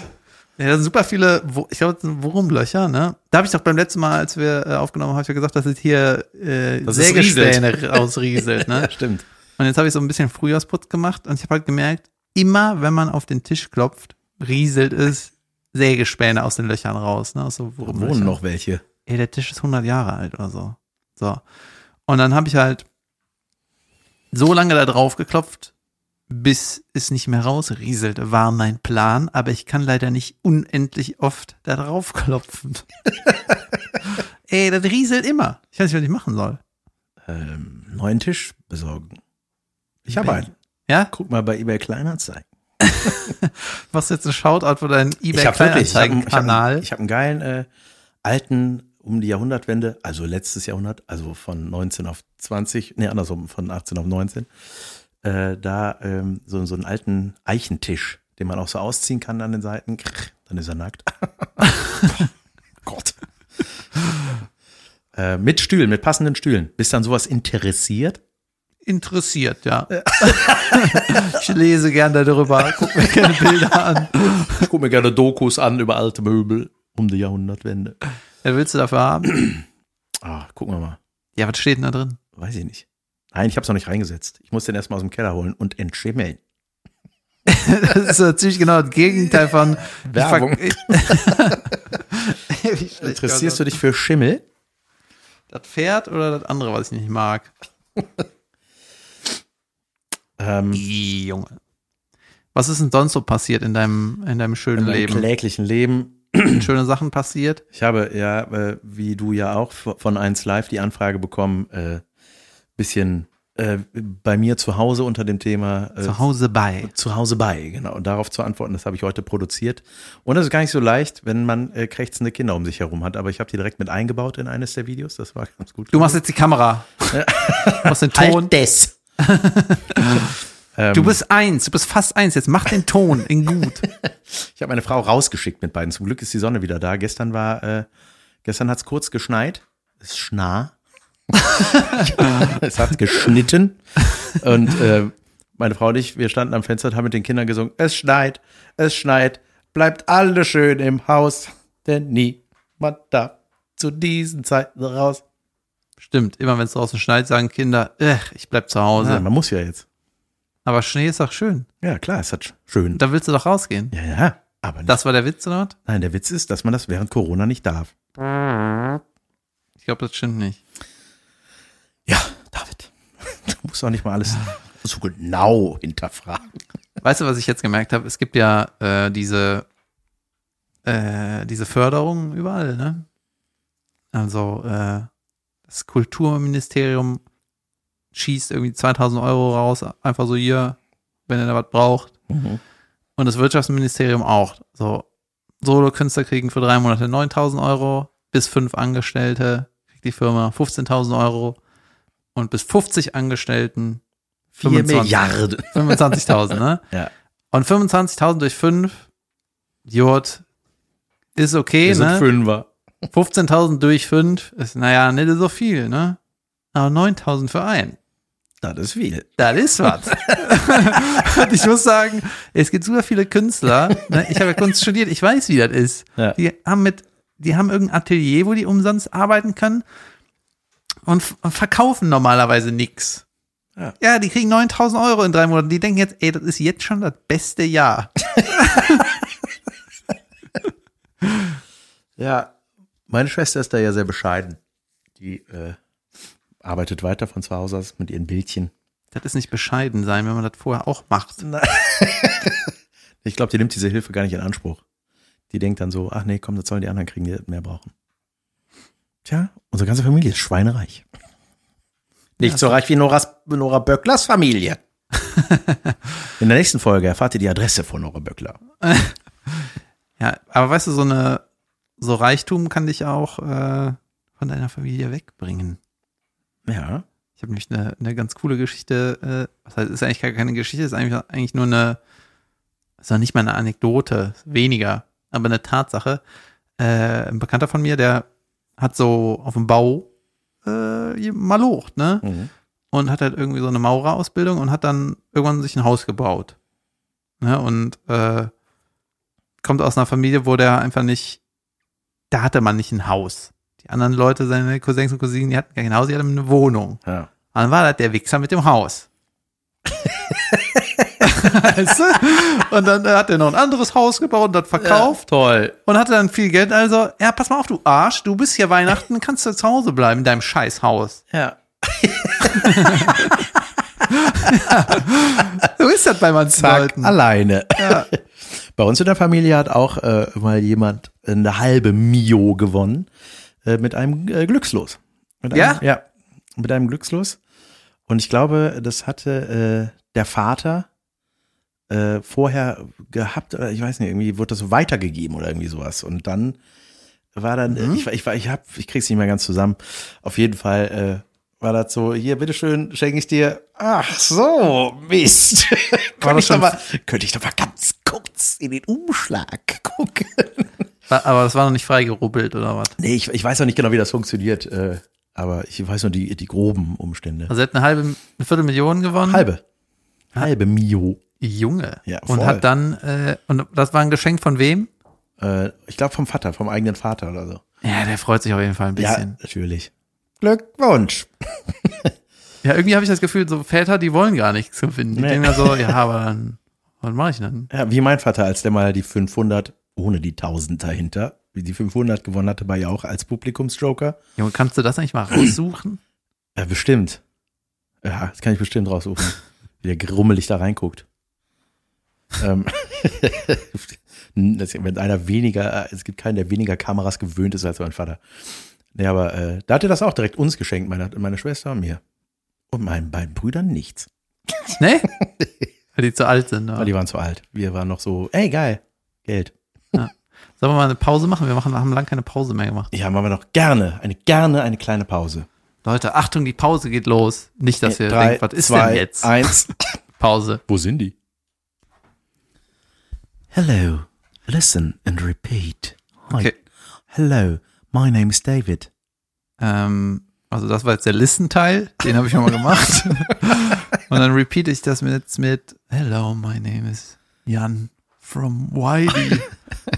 Speaker 2: Ja, da sind super viele, Wo- ich glaube, das sind Wurmlöcher, ne? Da habe ich doch beim letzten Mal, als wir äh, aufgenommen haben, habe ich ja gesagt, dass es hier äh,
Speaker 3: Dass es
Speaker 2: Sägespäne ausrieselt, ne?
Speaker 3: *laughs* Stimmt.
Speaker 2: Und jetzt habe ich so ein bisschen Frühjahrsputz gemacht und ich habe halt gemerkt, immer wenn man auf den Tisch klopft, rieselt es Sägespäne aus den Löchern raus, ne? Aus so
Speaker 3: Wo
Speaker 2: Wurmlöchern
Speaker 3: wohnen noch welche?
Speaker 2: ey, der Tisch ist 100 Jahre alt oder so. So. Und dann habe ich halt so lange da drauf geklopft, bis es nicht mehr rausrieselte, war mein Plan, aber ich kann leider nicht unendlich oft da
Speaker 3: *laughs*
Speaker 2: drauf klopfen. ey, das rieselt immer. Ich weiß nicht, was ich machen soll.
Speaker 3: Ähm, neuen Tisch besorgen. Ich habe einen.
Speaker 2: Ja?
Speaker 3: Guck mal bei eBay Kleinanzeigen.
Speaker 2: Was jetzt ein Shoutout für deinen
Speaker 3: Ich habe wirklich. Ich habe einen, ich hab einen,
Speaker 2: eBay-Kleinanzeigen-Kanal.
Speaker 3: ich hab einen geilen äh, alten um die Jahrhundertwende, also letztes Jahrhundert, also von 19 auf 20, nee, andersrum, von 18 auf 19, äh, da ähm, so, so einen alten Eichentisch, den man auch so ausziehen kann an den Seiten. *laughs* Krrr, Dann ist er nackt. *laughs* Gott. äh, mit Stühlen, mit passenden Stühlen. Bist dann sowas interessiert?
Speaker 2: interessiert, ja. *laughs* ich lese gern darüber, guck
Speaker 3: *laughs*
Speaker 2: mir gerne Bilder an.
Speaker 3: Ich gucke mir gerne Dokus an über alte Möbel um die Jahrhundertwende.
Speaker 2: Ja, willst du dafür haben?
Speaker 3: Ah, gucken wir mal.
Speaker 2: Ja, was steht denn da drin?
Speaker 3: Weiß ich nicht. Nein, ich habe es noch nicht reingesetzt. Ich muss den erstmal aus dem Keller holen und entschimmeln.
Speaker 2: Das ist so ziemlich genau das Gegenteil von
Speaker 3: Werbung. *laughs*
Speaker 2: Ich ver- Ich-
Speaker 3: Interessierst du dich für Schimmel?
Speaker 2: Das Pferd oder das andere, was ich nicht mag?
Speaker 3: *laughs* Ähm,
Speaker 2: Die Junge. Was ist denn sonst so passiert in deinem, in deinem schönen
Speaker 3: Im
Speaker 2: Leben?
Speaker 3: kläglichen Leben
Speaker 2: Sind schöne Sachen passiert?
Speaker 3: Ich habe ja, äh, wie du ja auch, v- von 1 Live die Anfrage bekommen, äh, bisschen äh, bei mir zu Hause unter dem Thema äh,
Speaker 2: Zu Hause bei.
Speaker 3: zu Hause bei, genau. Und darauf zu antworten, das habe ich heute produziert. Und das ist gar nicht so leicht, wenn man äh, krächzende Kinder um sich herum hat. Aber ich habe die direkt mit eingebaut in eines der Videos. Das war *laughs* ganz gut.
Speaker 2: Du machst jetzt die Kamera. Du
Speaker 3: *laughs*
Speaker 2: machst den
Speaker 3: Halt
Speaker 2: Ton.
Speaker 3: des. ähm,
Speaker 2: Du bist eins, du bist fast eins. Jetzt mach den Ton
Speaker 3: *laughs*
Speaker 2: in gut.
Speaker 3: Ich habe meine Frau rausgeschickt mit beiden. Zum Glück ist die Sonne wieder da. Gestern war, äh, gestern hat es kurz geschneit. Es schnah. *laughs* es hat geschnitten. Und äh, meine Frau und ich, wir standen am Fenster und haben mit den Kindern gesungen, es schneit, es schneit, bleibt alle schön im Haus, denn niemand darf zu diesen Zeiten raus.
Speaker 2: Stimmt, immer wenn es draußen schneit, sagen Kinder, "Äh, ich bleib zu Hause.
Speaker 3: Nein, Also, man muss ja jetzt.
Speaker 2: Aber Schnee ist doch schön.
Speaker 3: Ja, klar, es hat schön.
Speaker 2: Da willst du doch rausgehen.
Speaker 3: Ja, ja, aber nicht.
Speaker 2: Das war der Witz, oder? was?
Speaker 3: Nein, der Witz ist, dass man das während Corona nicht darf.
Speaker 2: Ich glaube, das stimmt nicht.
Speaker 3: Ja, David. *laughs* Du musst auch nicht mal alles so genau hinterfragen.
Speaker 2: Weißt du, was ich jetzt gemerkt habe? Es gibt ja äh, diese, äh, diese Förderungen überall, ne? Also äh, das Kulturministerium schießt irgendwie 2000 Euro raus, einfach so hier, wenn ihr da was braucht.
Speaker 3: Mhm.
Speaker 2: Und das Wirtschaftsministerium auch. So, Solo-Künstler kriegen für drei Monate 9000 Euro, bis fünf Angestellte kriegt die Firma 15.000 Euro und bis 50 Angestellten
Speaker 3: Vier
Speaker 2: 25.
Speaker 3: Milliarden.
Speaker 2: 25.000, ne?
Speaker 3: *laughs* Ja.
Speaker 2: Und 25.000 durch 5, Jod, ist okay,
Speaker 3: Wir sind
Speaker 2: ne?
Speaker 3: Fünfer.
Speaker 2: 15.000 durch 5 ist, naja, nicht so viel, ne? Aber 9.000 für einen.
Speaker 3: Das ist viel.
Speaker 2: Das ist was. Und ich muss sagen, es gibt super viele Künstler. Ne? Ich habe ja Kunst studiert, ich weiß, wie das ist.
Speaker 3: Ja.
Speaker 2: Die haben mit, die haben irgendein Atelier, wo die umsonst arbeiten können und, f- und verkaufen normalerweise nix.
Speaker 3: Ja.
Speaker 2: Ja. die kriegen 9000 Euro in drei Monaten. Die denken jetzt, ey, das ist jetzt schon das beste Jahr.
Speaker 3: Ja. Meine Schwester ist da ja sehr bescheiden. Die äh, arbeitet weiter von zu Hause aus mit ihren Bildchen.
Speaker 2: Das ist nicht bescheiden sein, wenn man das vorher auch macht.
Speaker 3: Ich glaube, die nimmt diese Hilfe gar nicht in Anspruch. Die denkt dann so, ach nee, komm, das sollen die anderen kriegen, die mehr brauchen. Tja, unsere ganze Familie ist schweinereich. Nicht so reich wie Noras, Nora Böcklers Familie. *laughs* in der nächsten Folge erfahrt ihr die Adresse von Nora Böckler.
Speaker 2: Ja, aber weißt du, so eine, so Reichtum kann dich auch äh, von deiner Familie wegbringen.
Speaker 3: Ja.
Speaker 2: Ich habe nämlich eine, eine ganz coole Geschichte. Äh, was heißt, ist eigentlich gar keine Geschichte, ist eigentlich, eigentlich nur eine, ist noch nicht mal eine Anekdote, weniger, aber eine Tatsache. Äh, ein Bekannter von mir, der hat so auf dem Bau äh, malocht, ne? Und hat halt irgendwie so eine Maurerausbildung und hat dann irgendwann sich ein Haus gebaut. Ne? Und äh, kommt aus einer Familie, wo der einfach nicht, da hatte man nicht ein Haus. Die anderen Leute, seine Cousins und Cousinen, die hatten kein Haus, die hatten eine Wohnung.
Speaker 3: Ja.
Speaker 2: Und dann war das der Wichser mit dem Haus. weißt du? Und dann hat er noch ein anderes Haus gebaut und das verkauft
Speaker 3: toll.
Speaker 2: und hatte dann viel Geld. Also, ja, pass mal auf, du Arsch, du bist hier Weihnachten, kannst du zu Hause bleiben in deinem Scheißhaus.
Speaker 3: Ja.
Speaker 2: So ist das bei manchen
Speaker 3: Zack,
Speaker 2: Leuten.
Speaker 3: alleine. *laughs* Bei uns in der Familie hat auch äh, mal jemand eine halbe Mio gewonnen äh, mit einem äh, Glückslos. Mit einem,
Speaker 2: Ja?
Speaker 3: Ja, mit einem Glückslos. Und ich glaube, das hatte äh, der Vater äh, vorher gehabt oder ich weiß nicht, irgendwie wurde das so weitergegeben oder irgendwie sowas. Und dann war dann, äh, ich, war- ich, war- ich, hab, ich krieg's nicht mehr ganz zusammen. Auf jeden Fall äh, war das so, hier, bitteschön, schenke ich dir. Ach so, Mist. könnte, ich doch
Speaker 2: schon-
Speaker 3: mal, könnte ich doch mal ganz kurz in den Umschlag gucken. *laughs*
Speaker 2: Wa- Aber das war noch nicht freigerubbelt oder was?
Speaker 3: Nee, ich, ich weiß auch nicht genau, wie das funktioniert. Äh, Aber ich weiß nur die, die groben Umstände.
Speaker 2: Also er hat eine halbe, eine Viertelmillion gewonnen.
Speaker 3: halbe. Halbe Mio.
Speaker 2: Junge.
Speaker 3: Ja, voll.
Speaker 2: und hat dann, äh, und das war ein Geschenk von wem?
Speaker 3: Äh, ich glaube vom Vater, vom eigenen Vater oder so.
Speaker 2: Ja, der freut sich auf jeden Fall ein bisschen.
Speaker 3: Ja, natürlich. Glückwunsch.
Speaker 2: Ja, irgendwie habe ich das Gefühl, so Väter, die wollen gar nichts gewinnen. Die
Speaker 3: Nee.
Speaker 2: denken dann so, ja, aber dann, was mache ich denn?
Speaker 3: Ja, wie mein Vater, als der mal die 500 ohne die 1000 dahinter, wie die 500 gewonnen hatte, war ja auch als Publikumsjoker.
Speaker 2: Junge, kannst du das eigentlich mal raussuchen?
Speaker 3: Äh, bestimmt. Ja, das kann ich bestimmt
Speaker 2: *laughs*
Speaker 3: raussuchen. wie der grummelig da reinguckt. ähm, *laughs* das- wenn einer weniger, äh, es gibt keinen, der weniger Kameras gewöhnt ist als mein Vater. Nee, aber äh, da hat er das auch direkt uns geschenkt, meine, meine Schwester und mir. Und meinen beiden Brüdern nichts. *laughs*
Speaker 2: ne? Weil die zu alt sind. ne? Oder?
Speaker 3: Weil die waren zu alt. Wir waren noch so, ey, geil, Geld.
Speaker 2: Sollen wir mal eine Pause machen? Wir machen, haben lange keine Pause mehr gemacht.
Speaker 3: Ja, machen wir noch gerne, eine gerne eine kleine Pause.
Speaker 2: Leute, Achtung, die Pause geht los. Nicht, dass ihr
Speaker 3: Drei,
Speaker 2: denkt, was ist
Speaker 3: zwei,
Speaker 2: denn jetzt?
Speaker 3: Eins.
Speaker 2: *laughs* Pause.
Speaker 3: Wo sind die? Hello, listen and repeat. Hi.
Speaker 2: Okay.
Speaker 3: Hello, my name is David.
Speaker 2: Ähm, also das war jetzt der Listenteil, den habe ich nochmal
Speaker 3: *laughs*
Speaker 2: gemacht. Und dann repeat ich das jetzt mit Hello, my name is Jan
Speaker 3: *laughs*
Speaker 2: from Wiley.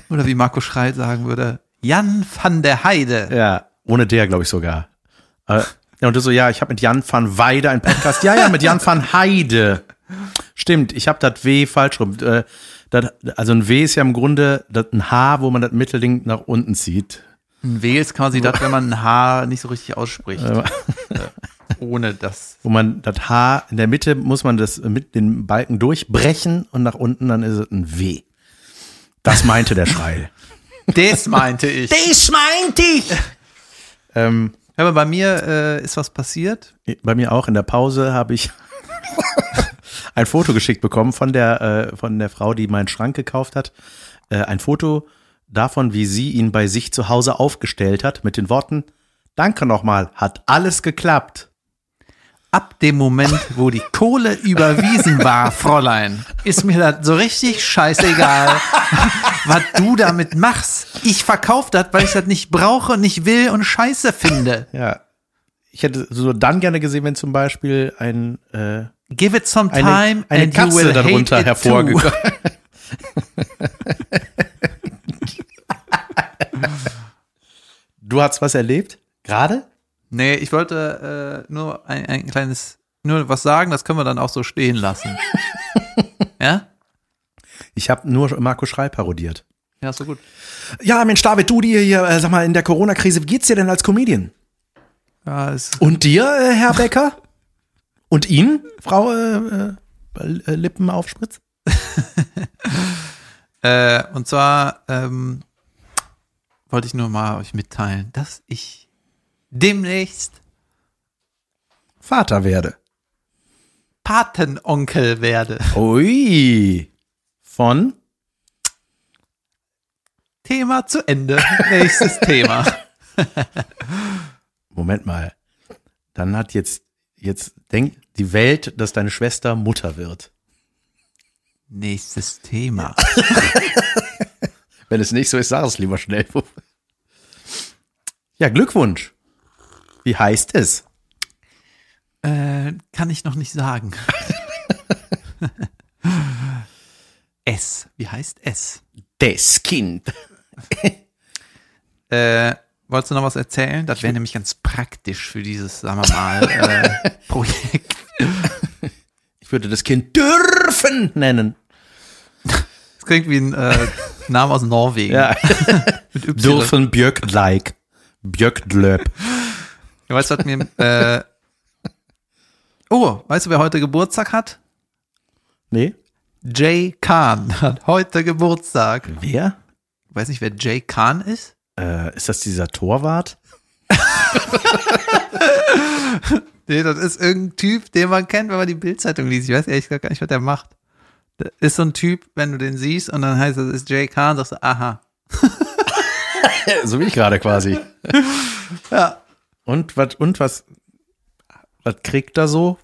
Speaker 2: Oder wie Marco Schreit sagen würde, Jan van der Heide.
Speaker 3: Ja, ohne der glaube ich sogar. Äh, ja, und du so, ja, ich habe mit Jan van Weide einen Podcast. Ja, ja, mit Jan van Heide. Stimmt, ich habe das W falsch rum. Äh, dat, also ein W ist ja im Grunde dat, ein H, wo man das Mittelding nach unten zieht.
Speaker 2: Ein W ist quasi das, wenn man ein H nicht so richtig ausspricht. Äh, Ohne das.
Speaker 3: wo man das H in der Mitte muss man das mit den Balken durchbrechen und nach unten dann ist es ein W. Das meinte der Schrei.
Speaker 2: Das meinte ich.
Speaker 3: Das meinte *laughs* ich. Ähm,
Speaker 2: Aber bei mir äh, ist was passiert.
Speaker 3: bei mir auch in der Pause habe ich *laughs* ein Foto geschickt bekommen von der äh, von der Frau, die meinen Schrank gekauft hat. Äh, ein Foto davon, wie sie ihn bei sich zu Hause aufgestellt hat mit den Worten: Danke nochmal, hat alles geklappt.
Speaker 2: Ab dem Moment, wo die Kohle überwiesen war, Fräulein, ist mir das so richtig scheißegal, *laughs* was du damit machst. Ich verkaufe das, weil ich das nicht brauche, nicht will und scheiße finde.
Speaker 3: Ja. Ich hätte so dann gerne gesehen, wenn zum Beispiel ein äh,
Speaker 2: Give it some
Speaker 3: eine,
Speaker 2: time
Speaker 3: eine
Speaker 2: and you
Speaker 3: Katze
Speaker 2: will hate
Speaker 3: darunter
Speaker 2: it too.
Speaker 3: hervorgekommen. *laughs* du hast was erlebt? Gerade?
Speaker 2: Nee, ich wollte äh, nur ein, ein kleines, nur was sagen, das können wir dann auch so stehen *laughs* lassen. ja?
Speaker 3: Ich habe nur Marco Schrei parodiert.
Speaker 2: Ja, so gut.
Speaker 3: Ja, Mensch, David, du dir hier, äh, sag mal, in der Corona-Krise, wie geht's dir denn als Comedian?
Speaker 2: Ja, ist,
Speaker 3: Und dir, äh, Herr Becker? *laughs* Und Ihnen, Frau äh, äh, Lippenaufspritz?
Speaker 2: äh, und zwar ähm, wollte ich nur mal euch mitteilen, dass ich demnächst
Speaker 3: Vater werde.
Speaker 2: Patenonkel werde.
Speaker 3: Ui. Von?
Speaker 2: Thema zu Ende. Nächstes *laughs* Thema.
Speaker 3: Moment mal. Dann hat jetzt, jetzt denkt die Welt, dass deine Schwester Mutter wird.
Speaker 2: Nächstes Thema.
Speaker 3: Wenn es nicht so ist, sag es lieber schnell. Ja, Glückwunsch. Wie heißt es?
Speaker 2: Äh, kann ich noch nicht *laughs* sagen. S. Wie heißt S?
Speaker 3: Des Kind.
Speaker 2: Äh, wolltest du noch was erzählen? Das wäre nämlich ganz praktisch für dieses, sagen wir mal, äh, Projekt.
Speaker 3: Ich würde das Kind dürfen nennen.
Speaker 2: Das klingt wie ein äh, Name aus Norwegen. *laughs* Mit Y.
Speaker 3: Dürfen Björk-like. Björk-löb.
Speaker 2: Ja, weißt du, was mir. Äh, oh, weißt du, wer heute Geburtstag hat?
Speaker 3: Nee?
Speaker 2: Jay Kahn hat heute Geburtstag.
Speaker 3: Wer?
Speaker 2: Weiß nicht, wer Jay Kahn ist?
Speaker 3: Äh, ist das dieser Torwart?
Speaker 2: Nee, das ist irgendein Typ, den man kennt, wenn man die Bildzeitung liest. Ich weiß ehrlich gesagt gar nicht, was der macht. Das ist so ein Typ, wenn du den siehst und dann heißt das ist Jay Kahn, sagst du, aha.
Speaker 3: *laughs* so wie ich gerade *laughs* quasi.
Speaker 2: Ja.
Speaker 3: Und was, und was, was kriegt er so?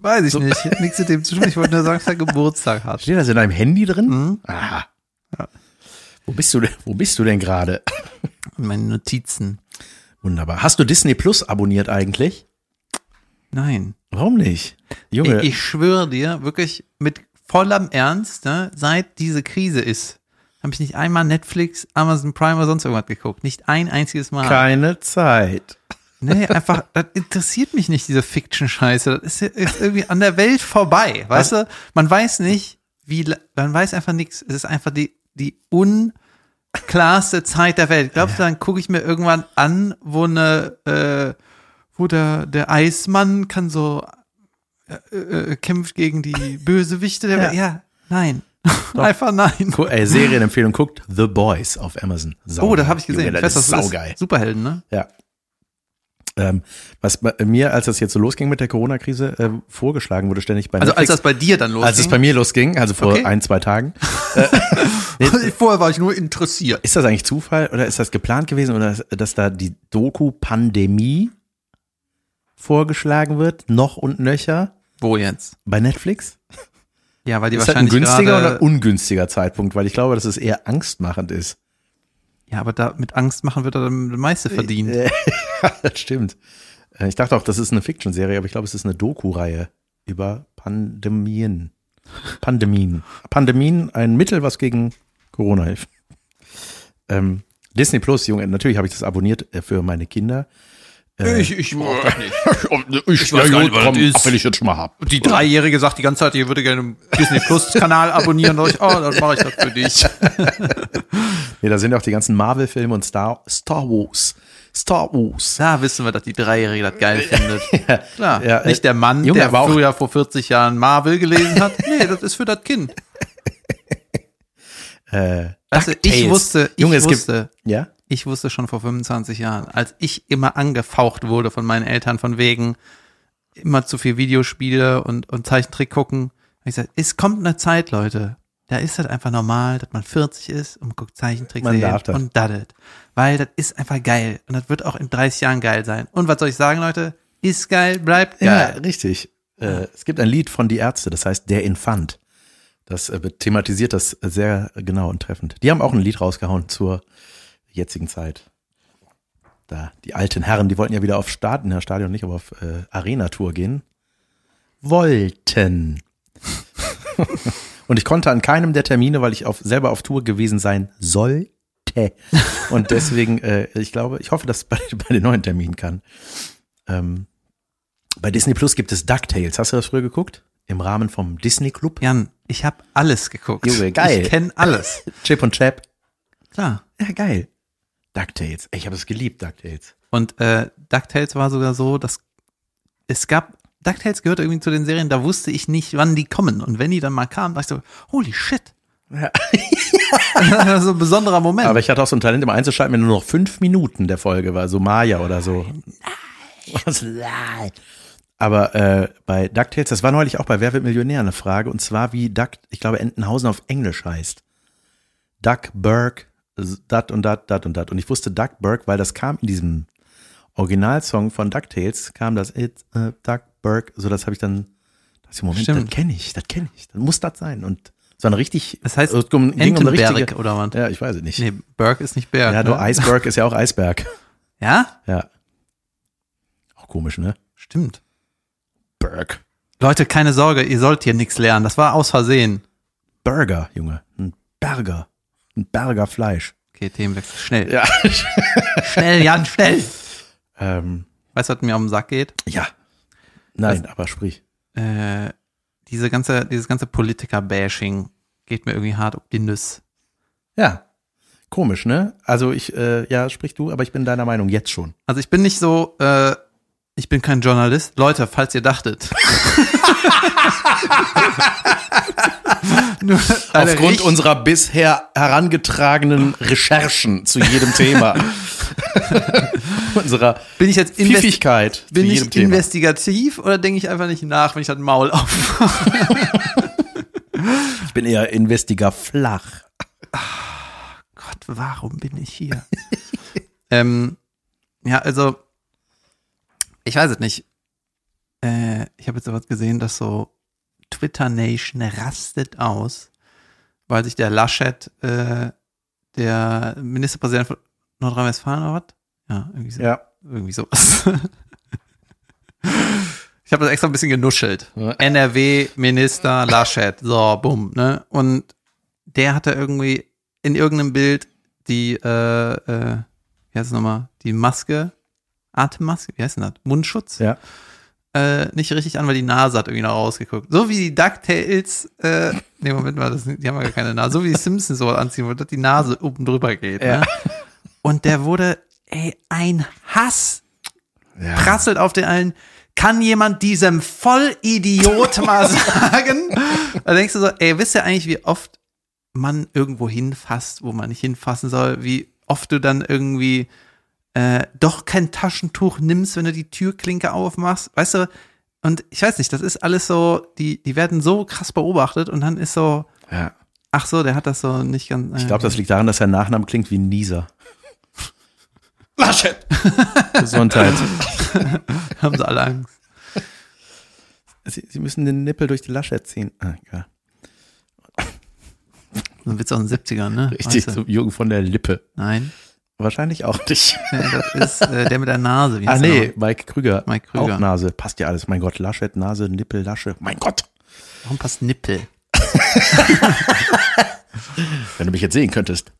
Speaker 2: Weiß ich nicht. Ich hab nichts mit dem zu tun. Ich wollte nur sagen, dass er Geburtstag hat.
Speaker 3: Steht das in deinem Handy drin?
Speaker 2: Mhm.
Speaker 3: Aha. Wo bist du denn, wo bist du denn gerade? *laughs*
Speaker 2: Meine Notizen.
Speaker 3: Wunderbar. Hast du Disney Plus abonniert eigentlich?
Speaker 2: Nein.
Speaker 3: Warum nicht? Junge,
Speaker 2: Ich, ich schwöre dir, wirklich mit vollem Ernst, ne, seit diese Krise ist, habe ich nicht einmal Netflix, Amazon Prime oder sonst irgendwas geguckt. Nicht ein einziges Mal.
Speaker 3: ah. keine Zeit.
Speaker 2: Nee, einfach, das interessiert mich nicht, diese Fiction-Scheiße. Das ist, ja- ist irgendwie an der Welt vorbei. Weißt du, man weiß nicht, wie, la- man weiß einfach nichts. Es ist einfach die, die unklarste Zeit der Welt. Glaubst du, dann gucke ich mir irgendwann an, wo eine, äh, wo der, der Eismann kann so, äh, äh, kämpft gegen die Bösewichte der Welt. Ja,
Speaker 3: *laughs*
Speaker 2: nein. einfach nein.
Speaker 3: Gu- Ey, Serienempfehlung, guckt The Boys auf Amazon. Saugeil.
Speaker 2: Oh, das habe ich gesehen.
Speaker 3: Junge,
Speaker 2: ich weiß,
Speaker 3: das ist
Speaker 2: das
Speaker 3: saugeil.
Speaker 2: Superhelden, ne?
Speaker 3: Ja. Ähm, was bei mir, als das jetzt so losging mit der Corona-Krise, äh, vorgeschlagen wurde ständig bei
Speaker 2: Also als
Speaker 3: Netflix,
Speaker 2: das bei dir dann losging.
Speaker 3: als es bei mir losging, also vor
Speaker 2: Okay.
Speaker 3: ein, zwei Tagen,
Speaker 2: *laughs* Vorher war ich nur interessiert.
Speaker 3: ist das eigentlich Zufall oder ist das geplant gewesen oder ist- dass da die Doku Pandemie vorgeschlagen wird, noch und nöcher
Speaker 2: Wo jetzt?
Speaker 3: bei Netflix?
Speaker 2: Ja, weil die
Speaker 3: ist das ein
Speaker 2: wahrscheinlich
Speaker 3: günstiger
Speaker 2: gerade,
Speaker 3: oder ein ungünstiger Zeitpunkt, weil ich glaube, dass es eher angstmachend ist.
Speaker 2: Ja, aber da mit Angst machen wird er dann das
Speaker 3: Äh,
Speaker 2: meiste verdient.
Speaker 3: *laughs* das stimmt. Äh, Ich dachte auch, das ist eine Fiction-Serie, aber ich glaube, es ist eine Doku-Reihe über Pandemien. Pandemien. Pandemien, ein Mittel, was gegen Corona hilft. Ähm, Disney Plus, Junge, natürlich habe ich das abonniert äh, für meine Kinder.
Speaker 2: ich ich brauch das nicht.
Speaker 3: Ich,
Speaker 2: äh, weiß gar nicht, was das ist.
Speaker 3: will ich jetzt schon mal hab.
Speaker 2: Die Dreijährige sagt die ganze Zeit, ihr würde gerne einen Disney Plus Kanal abonnieren. Und ich, oh, dann mache ich das für dich.
Speaker 3: Nee, da sind auch die ganzen Marvel-Filme und Star, Star Wars. Star Wars.
Speaker 2: Da wissen wir, dass die Dreijährige das geil findet.
Speaker 3: *laughs*
Speaker 2: Klar,
Speaker 3: Ja, äh,
Speaker 2: nicht der Mann,
Speaker 3: Junge,
Speaker 2: der
Speaker 3: aber auch-
Speaker 2: früher vor 40 Jahren Marvel gelesen hat. Nee, das ist für das Kind.
Speaker 3: Äh,
Speaker 2: Also ich
Speaker 3: DuckTales.
Speaker 2: wusste, ich
Speaker 3: Junge, es gibt-
Speaker 2: wusste,
Speaker 3: ja?
Speaker 2: Ich wusste schon vor 25 Jahren, als ich immer angefaucht wurde von meinen Eltern von wegen immer zu viel Videospiele und, und Zeichentrick gucken. hab Ich gesagt, es kommt eine Zeit, Leute. Da ist das einfach normal, dass man 40 ist und guckt Zeichentrick
Speaker 3: Man darf das.
Speaker 2: und daddelt. Weil das ist einfach geil. Und das wird auch in 30 Jahren geil sein. Und was soll ich sagen, Leute? Ist geil, bleibt
Speaker 3: Ja,
Speaker 2: geil.
Speaker 3: richtig. Äh, es gibt ein Lied von Die Ärzte, das heißt Der Infant. Das äh, thematisiert das sehr genau und treffend. Die haben auch ein Lied rausgehauen zur jetzigen Zeit. Da, die alten Herren, die wollten ja wieder auf Stadion, ja, Stadion nicht, aber auf äh, Arena-Tour gehen. Wollten. und ich konnte an keinem der Termine, weil ich auf, selber auf Tour gewesen sein sollte. Und deswegen, äh, ich glaube, ich hoffe, dass es bei, *laughs* bei den neuen Terminen kann. Ähm, bei Disney Plus gibt es DuckTales. Hast du das früher geguckt? Im Rahmen vom Disney Club?
Speaker 2: Jan, ich habe alles geguckt.
Speaker 3: Junge, geil.
Speaker 2: Ich kenne
Speaker 3: *laughs*
Speaker 2: alles.
Speaker 3: Chip und Chap.
Speaker 2: Klar.
Speaker 3: Ja, geil. DuckTales. Ich habe es geliebt, DuckTales.
Speaker 2: Und äh, DuckTales war sogar so, dass es gab, DuckTales gehört irgendwie zu den Serien, da wusste ich nicht, wann die kommen. Und wenn die dann mal kamen, dachte ich so, holy shit. *laughs* so ein besonderer Moment.
Speaker 3: Aber ich hatte auch so ein Talent, immer einzuschalten, wenn nur noch fünf Minuten der Folge war. So Maya oder so. Was leid. Aber äh, bei DuckTales, das war neulich auch bei Wer wird Millionär eine Frage. Und zwar, wie Duck, ich glaube, Entenhausen auf Englisch heißt. Duck Burke, dat und dat, dat und dat. Und ich wusste Duck Burke, weil das kam in diesem Originalsong von DuckTales, kam das It's äh, Duck Burke. So, das habe ich dann, das ist im Moment,
Speaker 2: Stimmt.
Speaker 3: das kenne ich, das kenne ich. Das muss das sein. Und es war eine richtig,
Speaker 2: das heißt,
Speaker 3: es ging um eine
Speaker 2: Entenberg
Speaker 3: richtige,
Speaker 2: oder was?
Speaker 3: ja, ich weiß es nicht.
Speaker 2: Nee, Berg ist nicht Berg.
Speaker 3: Ja, du
Speaker 2: ne? *laughs*
Speaker 3: Eisberg ist ja auch Eisberg.
Speaker 2: Ja,
Speaker 3: Ja. Auch komisch, ne?
Speaker 2: stimmt.
Speaker 3: Berg.
Speaker 2: Leute, keine Sorge, ihr sollt hier nichts lernen. Das war aus Versehen.
Speaker 3: Burger, Junge. Ein Burger. Ein Burger Fleisch.
Speaker 2: Okay, Themenwechsel. Schnell.
Speaker 3: Ja.
Speaker 2: Schnell, Jan, schnell.
Speaker 3: ähm,
Speaker 2: Weißt du, was mir auf den Sack geht?
Speaker 3: ja. Also, Nein, aber sprich.
Speaker 2: äh, diese ganze, dieses ganze Politiker-Bashing geht mir irgendwie hart auf die Nüsse.
Speaker 3: Ja. Komisch, ne? Also ich, äh, ja, sprich du, aber ich bin deiner Meinung jetzt schon.
Speaker 2: Also ich bin nicht so, äh, ich bin kein Journalist. Leute, falls ihr dachtet. *laughs* Nur alle richt-
Speaker 3: unserer bisher herangetragenen Recherchen zu jedem *laughs* Thema. unserer
Speaker 2: bin ich jetzt investi-
Speaker 3: Pfiffigkeit
Speaker 2: bin ich investigativ oder denke ich einfach nicht nach, wenn ich das Maul auf?
Speaker 3: Ich bin eher Investiger flach.
Speaker 2: Gott, warum bin ich hier? *laughs* ähm, ja, also, ich weiß es nicht. Äh, ich habe jetzt sowas gesehen, dass so Twitter Nation rastet aus, weil sich der Laschet, äh, der Ministerpräsident von Nordrhein-Westfalen oder was? Ja, irgendwie so.
Speaker 3: Ja.
Speaker 2: Irgendwie sowas. *laughs* Ich habe das extra ein bisschen genuschelt. NRW-Minister Laschet. So, bumm, ne? Und der hatte irgendwie in irgendeinem Bild die, äh, äh, wie heißt es nochmal? Die Maske, Atemmaske, wie heißt denn das? Mundschutz?
Speaker 3: Ja.
Speaker 2: Äh, nicht richtig an, weil die Nase hat irgendwie noch rausgeguckt. So wie die DuckTales, äh, nee, Moment mal, das, die haben ja gar keine Nase. So wie die Simpsons so anziehen, wo die Nase oben drüber geht, ne? Und der wurde, ey, ein Hass prasselt auf den allen. Kann jemand diesem Vollidiot
Speaker 3: *laughs*
Speaker 2: mal sagen? Da denkst du so, ey, wisst ihr eigentlich, wie oft man irgendwo hinfasst, wo man nicht hinfassen soll? Wie oft du dann irgendwie äh, doch kein Taschentuch nimmst, wenn du die Türklinke aufmachst? Weißt du, und ich weiß nicht, das ist alles so, die, die werden so krass beobachtet und dann ist so,
Speaker 3: Ja.
Speaker 2: ach so, der hat das so nicht ganz. äh,
Speaker 3: Ich glaube, das liegt daran, dass sein Nachname klingt wie Nieser.
Speaker 5: Laschet!
Speaker 3: *laughs* Gesundheit.
Speaker 2: haben sie alle Angst.
Speaker 3: Sie, Sie müssen den Nippel durch die Lasche ziehen. Ah, ja.
Speaker 2: So ein Witz aus den 70ern, ne?
Speaker 3: Richtig,
Speaker 2: Weißt
Speaker 3: so
Speaker 2: du?
Speaker 3: Jürgen von der Lippe.
Speaker 2: Nein.
Speaker 3: Wahrscheinlich auch
Speaker 2: *laughs*
Speaker 3: nicht.
Speaker 2: Ja, das ist äh, der mit der Nase. Wie
Speaker 3: Ah,
Speaker 2: heißt der
Speaker 3: nee,
Speaker 2: noch?
Speaker 3: Mike Krüger.
Speaker 2: Mike Krüger.
Speaker 3: Auch Nase. Passt ja alles. Mein Gott, Laschet, Nase, Nippel, Lasche. Mein Gott.
Speaker 2: Warum passt Nippel?
Speaker 3: Wenn du mich jetzt sehen könntest.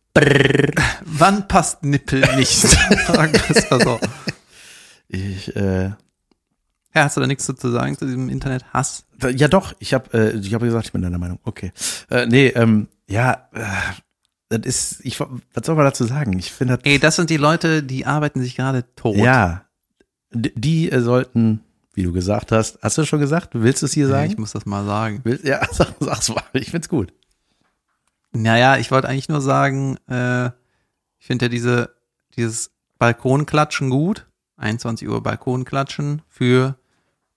Speaker 2: Wann passt Nippel *laughs* nicht? Sagen wir es mal so.
Speaker 3: Ich, äh,
Speaker 2: Ja, hast du da nichts zu zu sagen zu diesem Internet-Hass?
Speaker 3: da- ja doch, ich habe äh, ich hab gesagt, ich bin deiner Meinung. Okay. Äh, nee, ähm, ja, äh, das ist, ich, was soll man dazu sagen? Ich finde das
Speaker 2: Ey, das sind die Leute, die arbeiten sich gerade tot.
Speaker 3: Ja, D- die äh, sollten, wie du gesagt hast, hast du schon gesagt? Willst du es hier
Speaker 2: Ja,
Speaker 3: sagen?
Speaker 2: Ich muss das mal sagen.
Speaker 3: Willst, ja, *laughs* sag, sag's mal. Ich find's gut.
Speaker 2: Naja, ich wollte eigentlich nur sagen, äh, ich finde ja diese, dieses Balkonklatschen gut. 21 Uhr Balkonklatschen für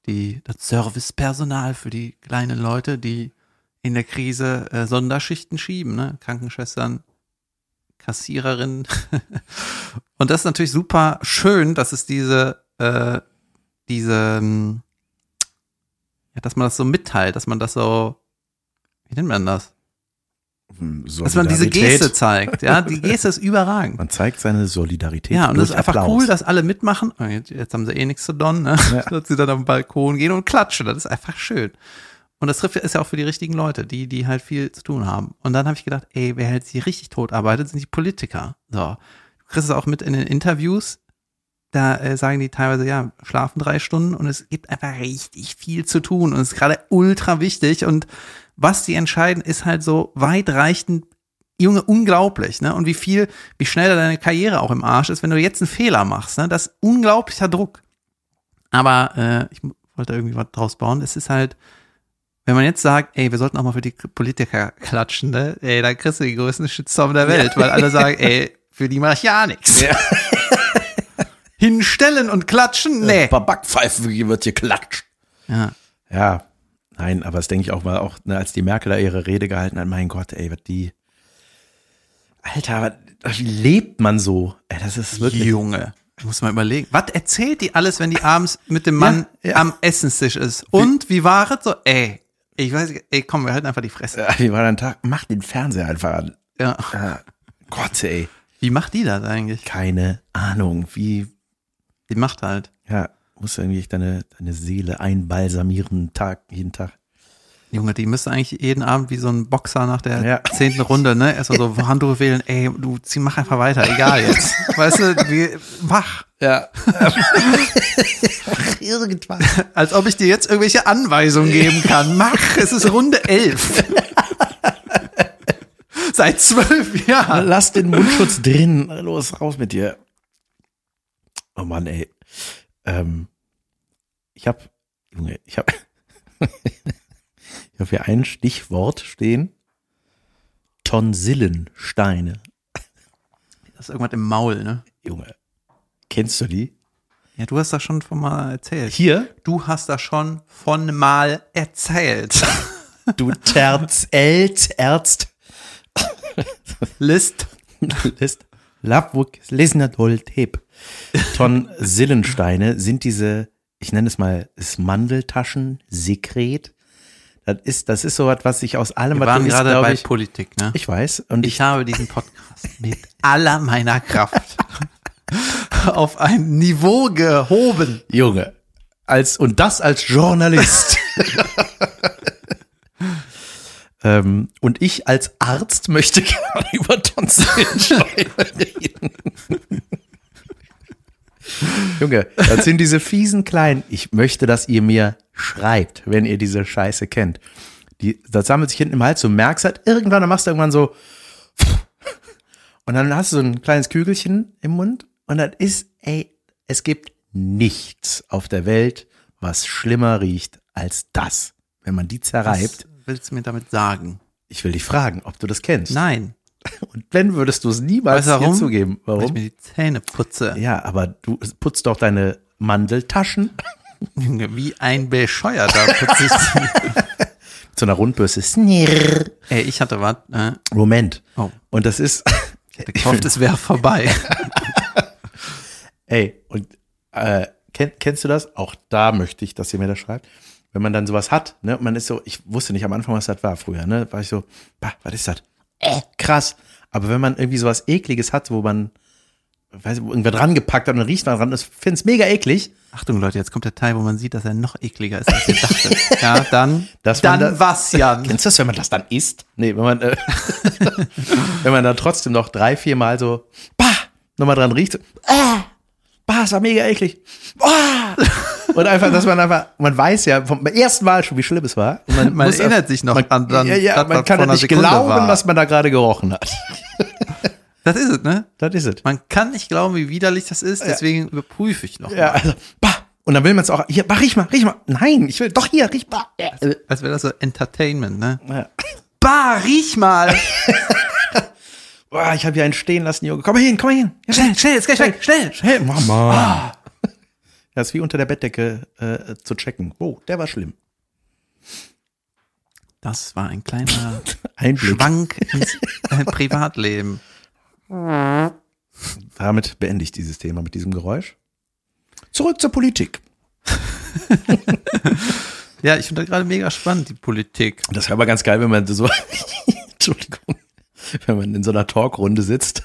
Speaker 2: die, das Servicepersonal, für die kleinen Leute, die in der Krise äh, Sonderschichten schieben, ne? Krankenschwestern, Kassiererinnen. *laughs* Und das ist natürlich super schön, dass es diese, äh, diese, ähm, ja, dass man das so mitteilt, dass man das so, wie nennt man das? Dass man diese Geste zeigt. Ja, die Geste ist überragend.
Speaker 3: Man zeigt seine Solidarität.
Speaker 2: Ja, und es
Speaker 3: durch
Speaker 2: ist einfach
Speaker 3: Applaus.
Speaker 2: cool, dass alle mitmachen. Oh, Jetzt, jetzt haben sie eh nichts zu donnen, ne? *laughs* dass sie dann auf den Balkon gehen und klatschen. Das ist einfach schön. Und das trifft ja- ist ja auch für die richtigen Leute, die, die halt viel zu tun haben. Und dann habe ich gedacht, ey, wer halt hier richtig tot arbeitet, sind die Politiker. So. Du kriegst es auch mit in den Interviews. Da äh, sagen die teilweise, ja, schlafen drei Stunden und es gibt einfach richtig viel zu tun und es ist gerade ultra wichtig. Und was die entscheiden, ist halt so weitreichend, Junge, unglaublich, ne? Und wie viel, wie schnell da deine Karriere auch im Arsch ist, wenn du jetzt einen Fehler machst, ne? Das ist unglaublicher Druck. Aber äh, ich mu- wollte irgendwie was draus bauen. Es ist halt, wenn man jetzt sagt, ey, wir sollten auch mal für die K- Politiker klatschen, ne? Ey, dann kriegst du den größten Shitstorm der Welt, weil alle sagen, ey, für die mach ich ja nichts. *laughs* Hinstellen und klatschen? Nee.
Speaker 3: Bei Backpfeifen wird hier klatscht.
Speaker 2: Ja.
Speaker 3: Ja, nein, aber das denke ich auch mal, auch ne, als die Merkel da ihre Rede gehalten hat, mein Gott, ey, was die. Alter, was, wie lebt man so? Ey, das ist wirklich.
Speaker 2: Junge. Muss man überlegen. Was erzählt die alles, wenn die abends mit dem Mann
Speaker 3: Ja, ja.
Speaker 2: am Essenstisch ist? Und wie war es so? Ey, ich weiß, nicht, ey, komm, wir halten einfach die Fresse.
Speaker 3: Ja, Wie äh, war dein Tag? Mach den Fernseher einfach an.
Speaker 2: Ja.
Speaker 3: Ah, Gott, ey.
Speaker 2: Wie macht die das eigentlich?
Speaker 3: Keine Ahnung, wie
Speaker 2: Die macht halt.
Speaker 3: Ja, musst du irgendwie deine, deine Seele einbalsamieren, Tag, jeden Tag.
Speaker 2: Junge, die müsste eigentlich jeden Abend wie so ein Boxer nach der
Speaker 3: Ja.
Speaker 2: zehnten Runde, ne? Erstmal *laughs* so Handtuch wählen, ey, du zieh, mach einfach weiter, egal *laughs* jetzt. Weißt du, wie, mach.
Speaker 3: Ja.
Speaker 2: Als ob ich dir jetzt irgendwelche Anweisungen geben kann. Mach, es ist Runde *laughs* elf. Seit zwölf Jahren.
Speaker 3: Lass den Mundschutz drin. Los, raus mit dir. Oh Mann, ey. Ähm, ich hab, Junge, ich hab, *laughs* ich hab hier ein Stichwort stehen. Tonsillensteine.
Speaker 2: Das ist irgendwas im Maul, ne?
Speaker 3: Junge, kennst du die?
Speaker 2: Ja, du hast das schon von mal erzählt.
Speaker 3: Hier,
Speaker 2: Du hast das schon von mal erzählt.
Speaker 3: du Terz, Elz, Ärzt.
Speaker 2: List.
Speaker 3: ist Labwuk Lesnadol Tep. Tonsillensteine sind diese, ich nenne es mal, ist Mandeltaschen, Sekret. Das ist, das ist sowas, was sich aus allem,
Speaker 2: Wir
Speaker 3: was
Speaker 2: waren
Speaker 3: du isst,
Speaker 2: gerade
Speaker 3: glaub
Speaker 2: bei
Speaker 3: ich,
Speaker 2: Politik, ne?
Speaker 3: ich weiß. Und ich,
Speaker 2: Ich habe diesen Podcast mit aller meiner Kraft *laughs* auf ein Niveau gehoben.
Speaker 3: Junge. Als, und das als *laughs* Journalist. ähm, und ich als Arzt möchte *laughs* gerne über Tonsillensteine reden. Junge, das sind diese fiesen kleinen. Ich möchte, dass ihr mir schreibt, wenn ihr diese Scheiße kennt. Die, das sammelt sich hinten im Hals, du merkst halt irgendwann, dann machst du irgendwann so. Und dann hast du so ein kleines Kügelchen im Mund. Und das ist, ey, es gibt nichts auf der Welt, was schlimmer riecht als das, wenn man die zerreibt.
Speaker 2: Was willst du mir damit sagen?
Speaker 3: Ich will dich fragen, ob du das kennst.
Speaker 2: Nein,
Speaker 3: Und wenn, würdest du es niemals
Speaker 2: Weißt du
Speaker 3: dir
Speaker 2: warum?
Speaker 3: zugeben.
Speaker 2: weil ich
Speaker 3: Warum?
Speaker 2: mir die Zähne putze.
Speaker 3: Ja, aber du putzt doch deine Mandeltaschen
Speaker 2: Junge, Wie ein Bescheuerter putze ich *laughs* die.
Speaker 3: mit so einer Rundbürste. Snirr.
Speaker 2: Ey, ich hatte was. Äh,
Speaker 3: Moment.
Speaker 2: Oh.
Speaker 3: Und das ist, *laughs*
Speaker 2: ich hoffe, es wäre vorbei.
Speaker 3: ey, und äh, kenn, kennst du das? Auch da möchte ich, dass ihr mir das schreibt. Wenn man dann sowas hat, ne, und man ist so, ich wusste nicht am Anfang, was das war früher, ne, war ich so, bah, was ist das? Äh, krass. Aber wenn man irgendwie sowas Ekliges hat, wo man, weiß ich, wo irgendwer dran gepackt hat und riecht man dran, das find's mega eklig.
Speaker 2: Achtung, Leute, jetzt kommt der Teil, wo man sieht, dass er noch ekliger ist, als ich dachte. Ja, dann,
Speaker 3: Dass man
Speaker 2: dann
Speaker 3: da-
Speaker 2: was, *laughs* Jan?
Speaker 3: Kennst du das, wenn man das dann isst? Nee, wenn man, äh, *laughs* wenn man dann trotzdem noch drei, vier Mal so, bah, nochmal dran riecht, so, äh, bah, es war mega eklig. Bah. Und einfach, dass man einfach, man weiß ja vom ersten Mal schon, wie schlimm es war. Und
Speaker 2: Man
Speaker 3: muss
Speaker 2: erinnert
Speaker 3: auch-
Speaker 2: sich noch an dann,
Speaker 3: ja, ja,
Speaker 2: das,
Speaker 3: man
Speaker 2: was
Speaker 3: kann
Speaker 2: vor
Speaker 3: ja
Speaker 2: einer
Speaker 3: nicht
Speaker 2: Sekunde
Speaker 3: glauben,
Speaker 2: war.
Speaker 3: was man da gerade gerochen hat.
Speaker 2: Das ist es, ne?
Speaker 3: Das ist es.
Speaker 2: Man kann nicht glauben, wie widerlich das ist, deswegen überprüfe ich noch.
Speaker 3: Ja, also, bah. Und dann will man es auch, hier, bah, riech mal, riech mal. Nein, ich will, doch hier, riech, bah. Äh,
Speaker 2: Als wäre das so Entertainment, ne?
Speaker 3: Ja.
Speaker 2: Bah, riech mal!
Speaker 3: Boah, ich habe hier einen stehen lassen, Junge. Komm mal hin, komm mal hin. Ja,
Speaker 2: schnell, schnell, jetzt gleich weg, schnell!
Speaker 3: Hey, Mama. Ah. *laughs* Das ist wie unter der Bettdecke äh, zu checken. Oh, der war schlimm.
Speaker 2: *laughs* Das war ein kleiner
Speaker 3: Einblick.
Speaker 2: Schwank ins äh, Privatleben.
Speaker 3: Damit beende ich dieses Thema mit diesem Geräusch. Zurück zur Politik.
Speaker 2: Ja, ich finde das gerade mega spannend, die Politik.
Speaker 3: Das wäre aber ganz geil, wenn man so, *laughs* Entschuldigung, wenn man in so einer Talkrunde sitzt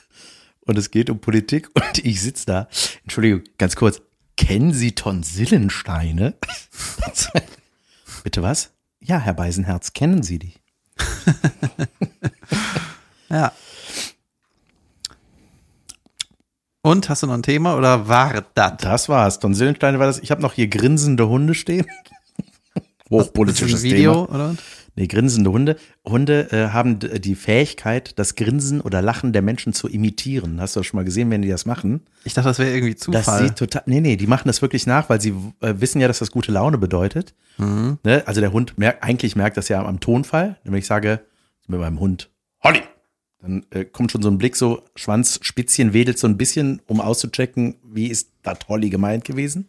Speaker 3: und es geht um Politik und ich sitze da. Entschuldigung, ganz kurz. Kennen Sie Tonsillensteine? *laughs* Bitte was? Ja, Herr Beisenherz, kennen Sie die?
Speaker 2: Ja. Und, hast du noch ein Thema oder war das?
Speaker 3: Das war's. Tonsillensteine war das. Ich habe noch hier grinsende Hunde stehen.
Speaker 2: Ist das ein Video, oder?
Speaker 3: Nee, grinsende Hunde. Hunde äh, haben d- die Fähigkeit, das Grinsen oder Lachen der Menschen zu imitieren. Hast du das schon mal gesehen, wenn die das machen?
Speaker 2: Ich dachte, das wäre irgendwie Zufall.
Speaker 3: Das sieht total. Nee, nee, die machen das wirklich nach, weil sie äh, wissen ja, dass das gute Laune bedeutet. Ne? Also der Hund merkt, eigentlich merkt das ja am, am Tonfall. Wenn ich sage, mit meinem Hund, Holly, dann äh, kommt schon so ein Blick, so Schwanzspitzchen wedelt so ein bisschen, um auszuchecken, wie ist das Holly gemeint gewesen.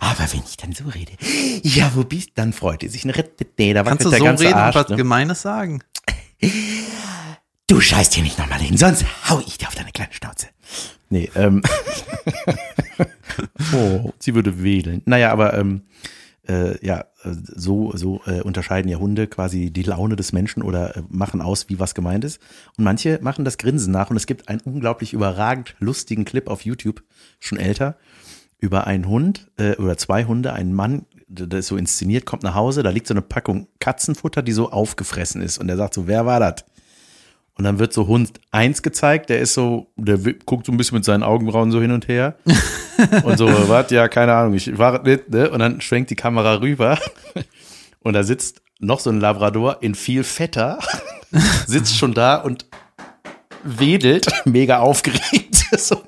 Speaker 3: Aber wenn ich dann so rede, ja, wo bist dann freut ihr sich. Ne, nee, da
Speaker 2: Kannst
Speaker 3: wackelt
Speaker 2: du
Speaker 3: der
Speaker 2: so
Speaker 3: ganze
Speaker 2: reden
Speaker 3: Arsch,
Speaker 2: und was
Speaker 3: ne?
Speaker 2: Gemeines sagen?
Speaker 3: Du scheißt hier nicht nochmal hin, sonst hau ich dir auf deine kleine Schnauze. Nee,
Speaker 2: *laughs*
Speaker 3: ähm. oh, sie würde wedeln. Naja, aber ähm, äh, ja, äh, so, so äh, unterscheiden ja Hunde quasi die Laune des Menschen oder äh, machen aus, wie was gemeint ist. Und manche machen das Grinsen nach und es gibt einen unglaublich überragend lustigen Clip auf YouTube, schon älter, über einen Hund äh, oder zwei Hunde, einen Mann, der der ist so inszeniert, kommt nach Hause, da liegt so eine Packung Katzenfutter, die so aufgefressen ist. Und er sagt so, wer war das? Und dann wird so Hund 1 gezeigt, der ist so, der wi- guckt so ein bisschen mit seinen Augenbrauen so hin und her. und so, was? Ja, keine Ahnung, ich war nicht, ne? Und dann schwenkt die Kamera rüber. Und da sitzt noch so ein Labrador in viel fetter, sitzt schon da und wedelt, *laughs* mega aufgeregt. *laughs* so,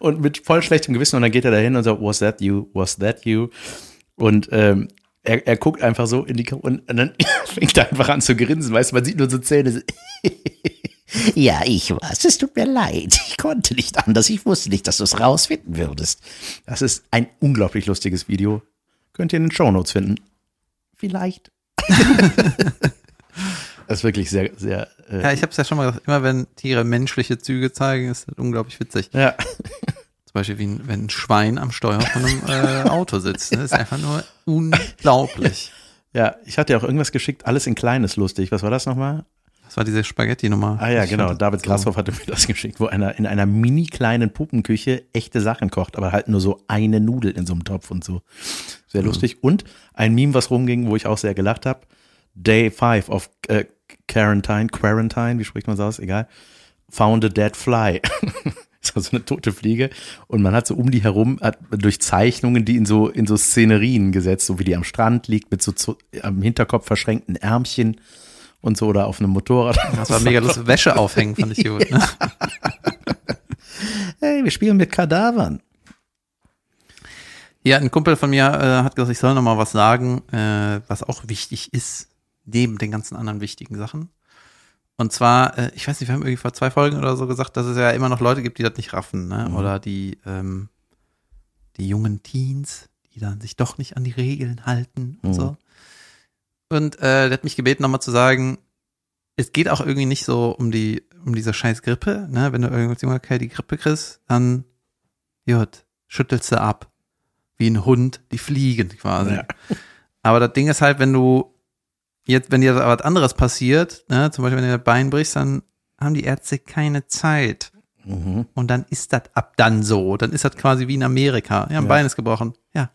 Speaker 3: und mit voll schlechtem Gewissen. Und dann geht er dahin und sagt, was that you? Was that you? Und ähm, er, er guckt einfach so in die Kam- und, und dann *laughs* fängt er einfach an zu grinsen. Weißt du, man sieht nur so Zähne. so,
Speaker 1: Ja, ich weiß, es tut mir leid. Ich konnte nicht anders. Ich wusste nicht, dass du es rausfinden würdest.
Speaker 3: Das ist ein unglaublich lustiges Video. Könnt ihr in den Shownotes finden.
Speaker 1: *laughs*
Speaker 3: Vielleicht. das ist wirklich sehr, sehr. Äh,
Speaker 2: Ja, ich habe es ja schon mal gesagt, immer wenn Tiere menschliche Züge zeigen, ist das unglaublich witzig.
Speaker 3: ja.
Speaker 2: Zum Beispiel, wie ein, wenn ein Schwein am Steuer von einem
Speaker 3: *laughs*
Speaker 2: äh, Auto sitzt. Das ist einfach nur unglaublich.
Speaker 3: ja, ich hatte ja auch irgendwas geschickt, alles in Kleines lustig. Was war das nochmal?
Speaker 2: Das war diese Spaghetti-Nummer.
Speaker 3: Ah ja,
Speaker 2: Ich
Speaker 3: genau.
Speaker 2: fand-
Speaker 3: David Grashoff hatte mir das geschickt, wo einer in einer mini kleinen Puppenküche echte Sachen kocht, aber halt nur so eine Nudel in so einem Topf und so. Sehr
Speaker 2: Mhm.
Speaker 3: lustig. Und ein Meme, was rumging, wo ich auch sehr gelacht habe. Day 5 of äh, Quarantine, Quarantine, wie spricht man das aus? Egal. Found a dead fly. *laughs* Das war so eine tote Fliege. Und man hat so um die herum, hat durch Zeichnungen die in so, in so Szenerien gesetzt, so wie die am Strand liegt, mit so zu, am Hinterkopf verschränkten Ärmchen und so oder auf einem Motorrad.
Speaker 2: Das war mega lustig. Wäsche aufhängen fand ich gut.
Speaker 3: *laughs*
Speaker 2: Ne?
Speaker 3: Hey, wir spielen mit Kadavern.
Speaker 2: Ja, ein Kumpel von mir äh, hat gesagt, ich soll noch mal was sagen, äh, was auch wichtig ist, neben den ganzen anderen wichtigen Sachen. Und zwar, äh, ich weiß nicht, wir haben irgendwie vor zwei Folgen oder so gesagt, dass es ja immer noch Leute gibt, die das nicht raffen, ne? Oder die, ähm, die jungen Teens, die dann sich doch nicht an die Regeln halten und
Speaker 3: Mhm.
Speaker 2: so. Und äh, der hat mich gebeten, nochmal zu sagen, es geht auch irgendwie nicht so um die, um diese scheiß Grippe, ne? Wenn du irgendwas junger Kerl die Grippe kriegst, dann, jut, schüttelst du ab. Wie ein Hund, die fliegen quasi.
Speaker 3: Ja.
Speaker 2: Aber das Ding ist halt, wenn du jetzt, wenn dir da was anderes passiert, ne, zum Beispiel wenn dir das Bein brichst, dann haben die Ärzte keine Zeit. Und dann ist das ab dann so. Dann ist das quasi wie in Amerika. Ja, ein
Speaker 3: Ja.
Speaker 2: Bein ist gebrochen. Ja.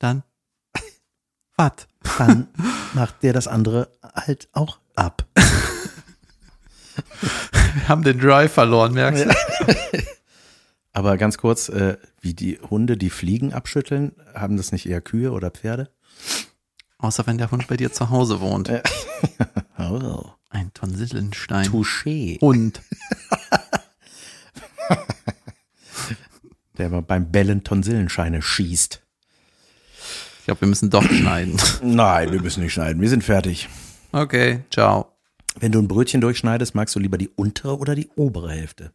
Speaker 2: Dann. *laughs* was?
Speaker 3: *laughs* Dann macht der das andere halt auch ab.
Speaker 2: Wir haben den Drive verloren, merkst du?
Speaker 3: Aber ganz kurz, äh, wie die Hunde die Fliegen abschütteln, haben das nicht eher Kühe oder Pferde?
Speaker 2: Außer wenn der Hund bei dir zu Hause wohnt.
Speaker 3: Oh.
Speaker 2: Ein Tonsillenstein.
Speaker 3: Touché.
Speaker 2: Hund.
Speaker 3: Der mal beim Bellen Tonsillenscheine schießt.
Speaker 2: Ich glaube, wir müssen doch schneiden.
Speaker 3: Nein, wir müssen nicht schneiden. Wir sind fertig.
Speaker 2: Okay, ciao.
Speaker 3: Wenn du ein Brötchen durchschneidest, magst du lieber die untere oder die obere Hälfte?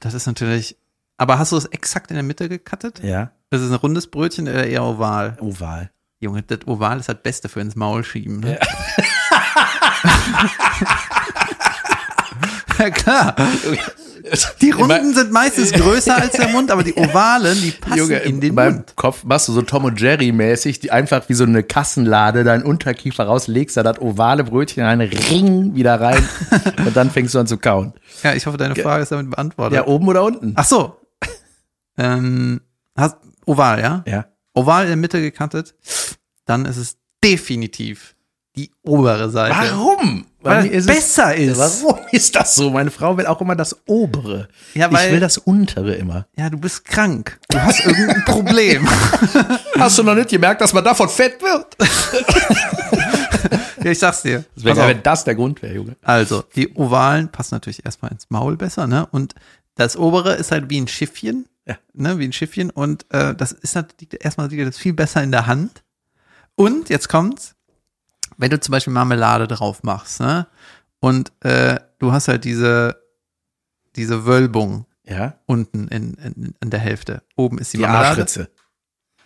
Speaker 2: Das ist natürlich. Aber hast du es exakt in der Mitte gekattet?
Speaker 3: Ja.
Speaker 2: Das ist ein rundes Brötchen oder eher oval?
Speaker 3: *laughs* Oval.
Speaker 2: Junge, das Oval ist das Beste für ins Maul schieben. Ne? *laughs* Ja. klar. Die Runden sind meistens größer als der Mund, aber die Ovalen, die passen in den
Speaker 3: beim
Speaker 2: Mund.
Speaker 3: Kopf machst du so Tom und Jerry mäßig, die einfach wie so eine Kassenlade deinen Unterkiefer rauslegst, da das ovale Brötchen in einen Ring wieder rein *laughs* und dann fängst du an zu kauen.
Speaker 2: Ja, ich hoffe, deine Frage ist damit beantwortet.
Speaker 3: Ja, oben oder unten?
Speaker 2: Ach so. Ähm, hast, oval, ja?
Speaker 3: Ja.
Speaker 2: Oval in der Mitte gekattet. Dann ist es definitiv die obere Seite.
Speaker 3: Warum?
Speaker 2: Weil
Speaker 3: mir
Speaker 2: es besser ist.
Speaker 3: Warum ist das so? Meine Frau will auch immer das obere.
Speaker 2: Ja, weil-
Speaker 3: ich will das untere immer.
Speaker 2: Ja, du bist krank. Du hast irgendein *laughs* Problem.
Speaker 3: Hast du noch nicht gemerkt, dass man davon fett wird?
Speaker 2: ja, ich sag's dir.
Speaker 3: Wenn,
Speaker 2: Pass auf.
Speaker 3: wenn das der Grund wäre, Junge.
Speaker 2: Also, die Ovalen passen natürlich erstmal ins Maul besser, ne? Und das obere ist halt wie ein Schiffchen,
Speaker 3: Ja.
Speaker 2: ne? Wie ein Schiffchen. Und äh, das ist natürlich erstmal liegt das viel besser in der Hand. Und jetzt kommt's, wenn du zum Beispiel Marmelade drauf machst, ne? Und äh, du hast halt diese, diese Wölbung
Speaker 3: Ja.
Speaker 2: unten in, in, in der Hälfte. Oben ist die,
Speaker 3: Die
Speaker 2: Marmelade.
Speaker 3: Arschritze.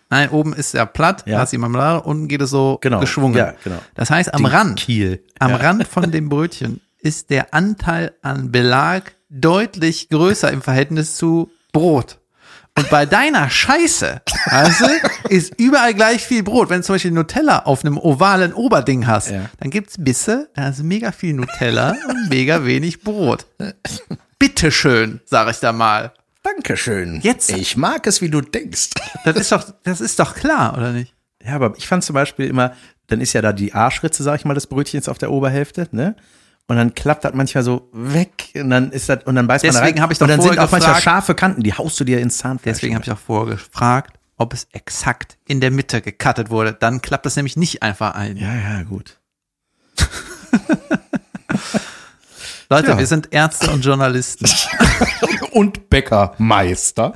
Speaker 2: Nein, oben ist ja platt,
Speaker 3: Ja.
Speaker 2: da ist die Marmelade, unten geht es so
Speaker 3: Genau.
Speaker 2: geschwungen.
Speaker 3: Ja, genau.
Speaker 2: Das heißt, am
Speaker 3: Die
Speaker 2: Rand
Speaker 3: Kiel.
Speaker 2: am Rand von dem Brötchen ist der Anteil an Belag deutlich größer im Verhältnis zu Brot. Und bei deiner Scheiße, also, ist überall gleich viel Brot. Wenn du zum Beispiel Nutella auf einem ovalen Oberding hast,
Speaker 3: Ja.
Speaker 2: dann gibt's Bisse, da ist mega viel Nutella und mega wenig Brot. Bitteschön, sag ich da mal.
Speaker 3: Dankeschön.
Speaker 2: Jetzt-
Speaker 3: Ich mag es, wie du denkst.
Speaker 2: Das ist doch, das ist doch klar, oder nicht?
Speaker 3: Ja, aber ich fand zum Beispiel immer, dann ist ja da die Arschritze, sag ich mal, des Brötchens auf der Oberhälfte, ne? Und dann klappt das manchmal so weg und dann ist das und dann beißt man da
Speaker 2: Deswegen
Speaker 3: rein.
Speaker 2: hab ich doch
Speaker 3: und dann sind
Speaker 2: vorher
Speaker 3: auch manchmal
Speaker 2: gefragt-
Speaker 3: scharfe Kanten, die haust du dir ins Zahnfleisch.
Speaker 2: Deswegen habe ich auch vorher gefragt, ob es exakt in der Mitte gecuttet wurde. Dann klappt das nämlich nicht einfach ein.
Speaker 3: Ja, ja, gut.
Speaker 2: Leute,
Speaker 3: Tja.
Speaker 2: wir sind Ärzte und Journalisten.
Speaker 3: Und Bäckermeister.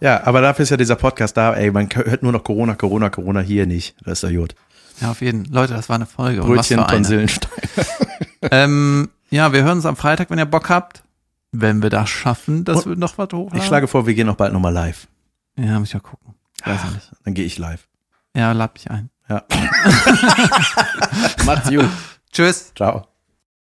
Speaker 3: ja, aber dafür ist ja dieser Podcast da, ey, man hört nur noch Corona, Corona, Corona hier nicht. Das ist ja gut.
Speaker 2: Ja, auf jeden. Leute, das war eine Folge. Und
Speaker 3: Brötchen,
Speaker 2: was für eine.
Speaker 3: Tonsillenstein.
Speaker 2: Ähm, ja, wir hören uns am Freitag, wenn ihr Bock habt. Wenn wir das schaffen, dass
Speaker 3: Und-
Speaker 2: wir noch was hochladen.
Speaker 3: Ich schlage vor, wir gehen auch bald nochmal live.
Speaker 2: Ja, muss ich mal gucken. Weiß ich nicht.
Speaker 3: Dann gehe ich live.
Speaker 2: Ja, lad mich ein.
Speaker 3: Ja. Macht's gut.
Speaker 2: Tschüss.
Speaker 3: Ciao.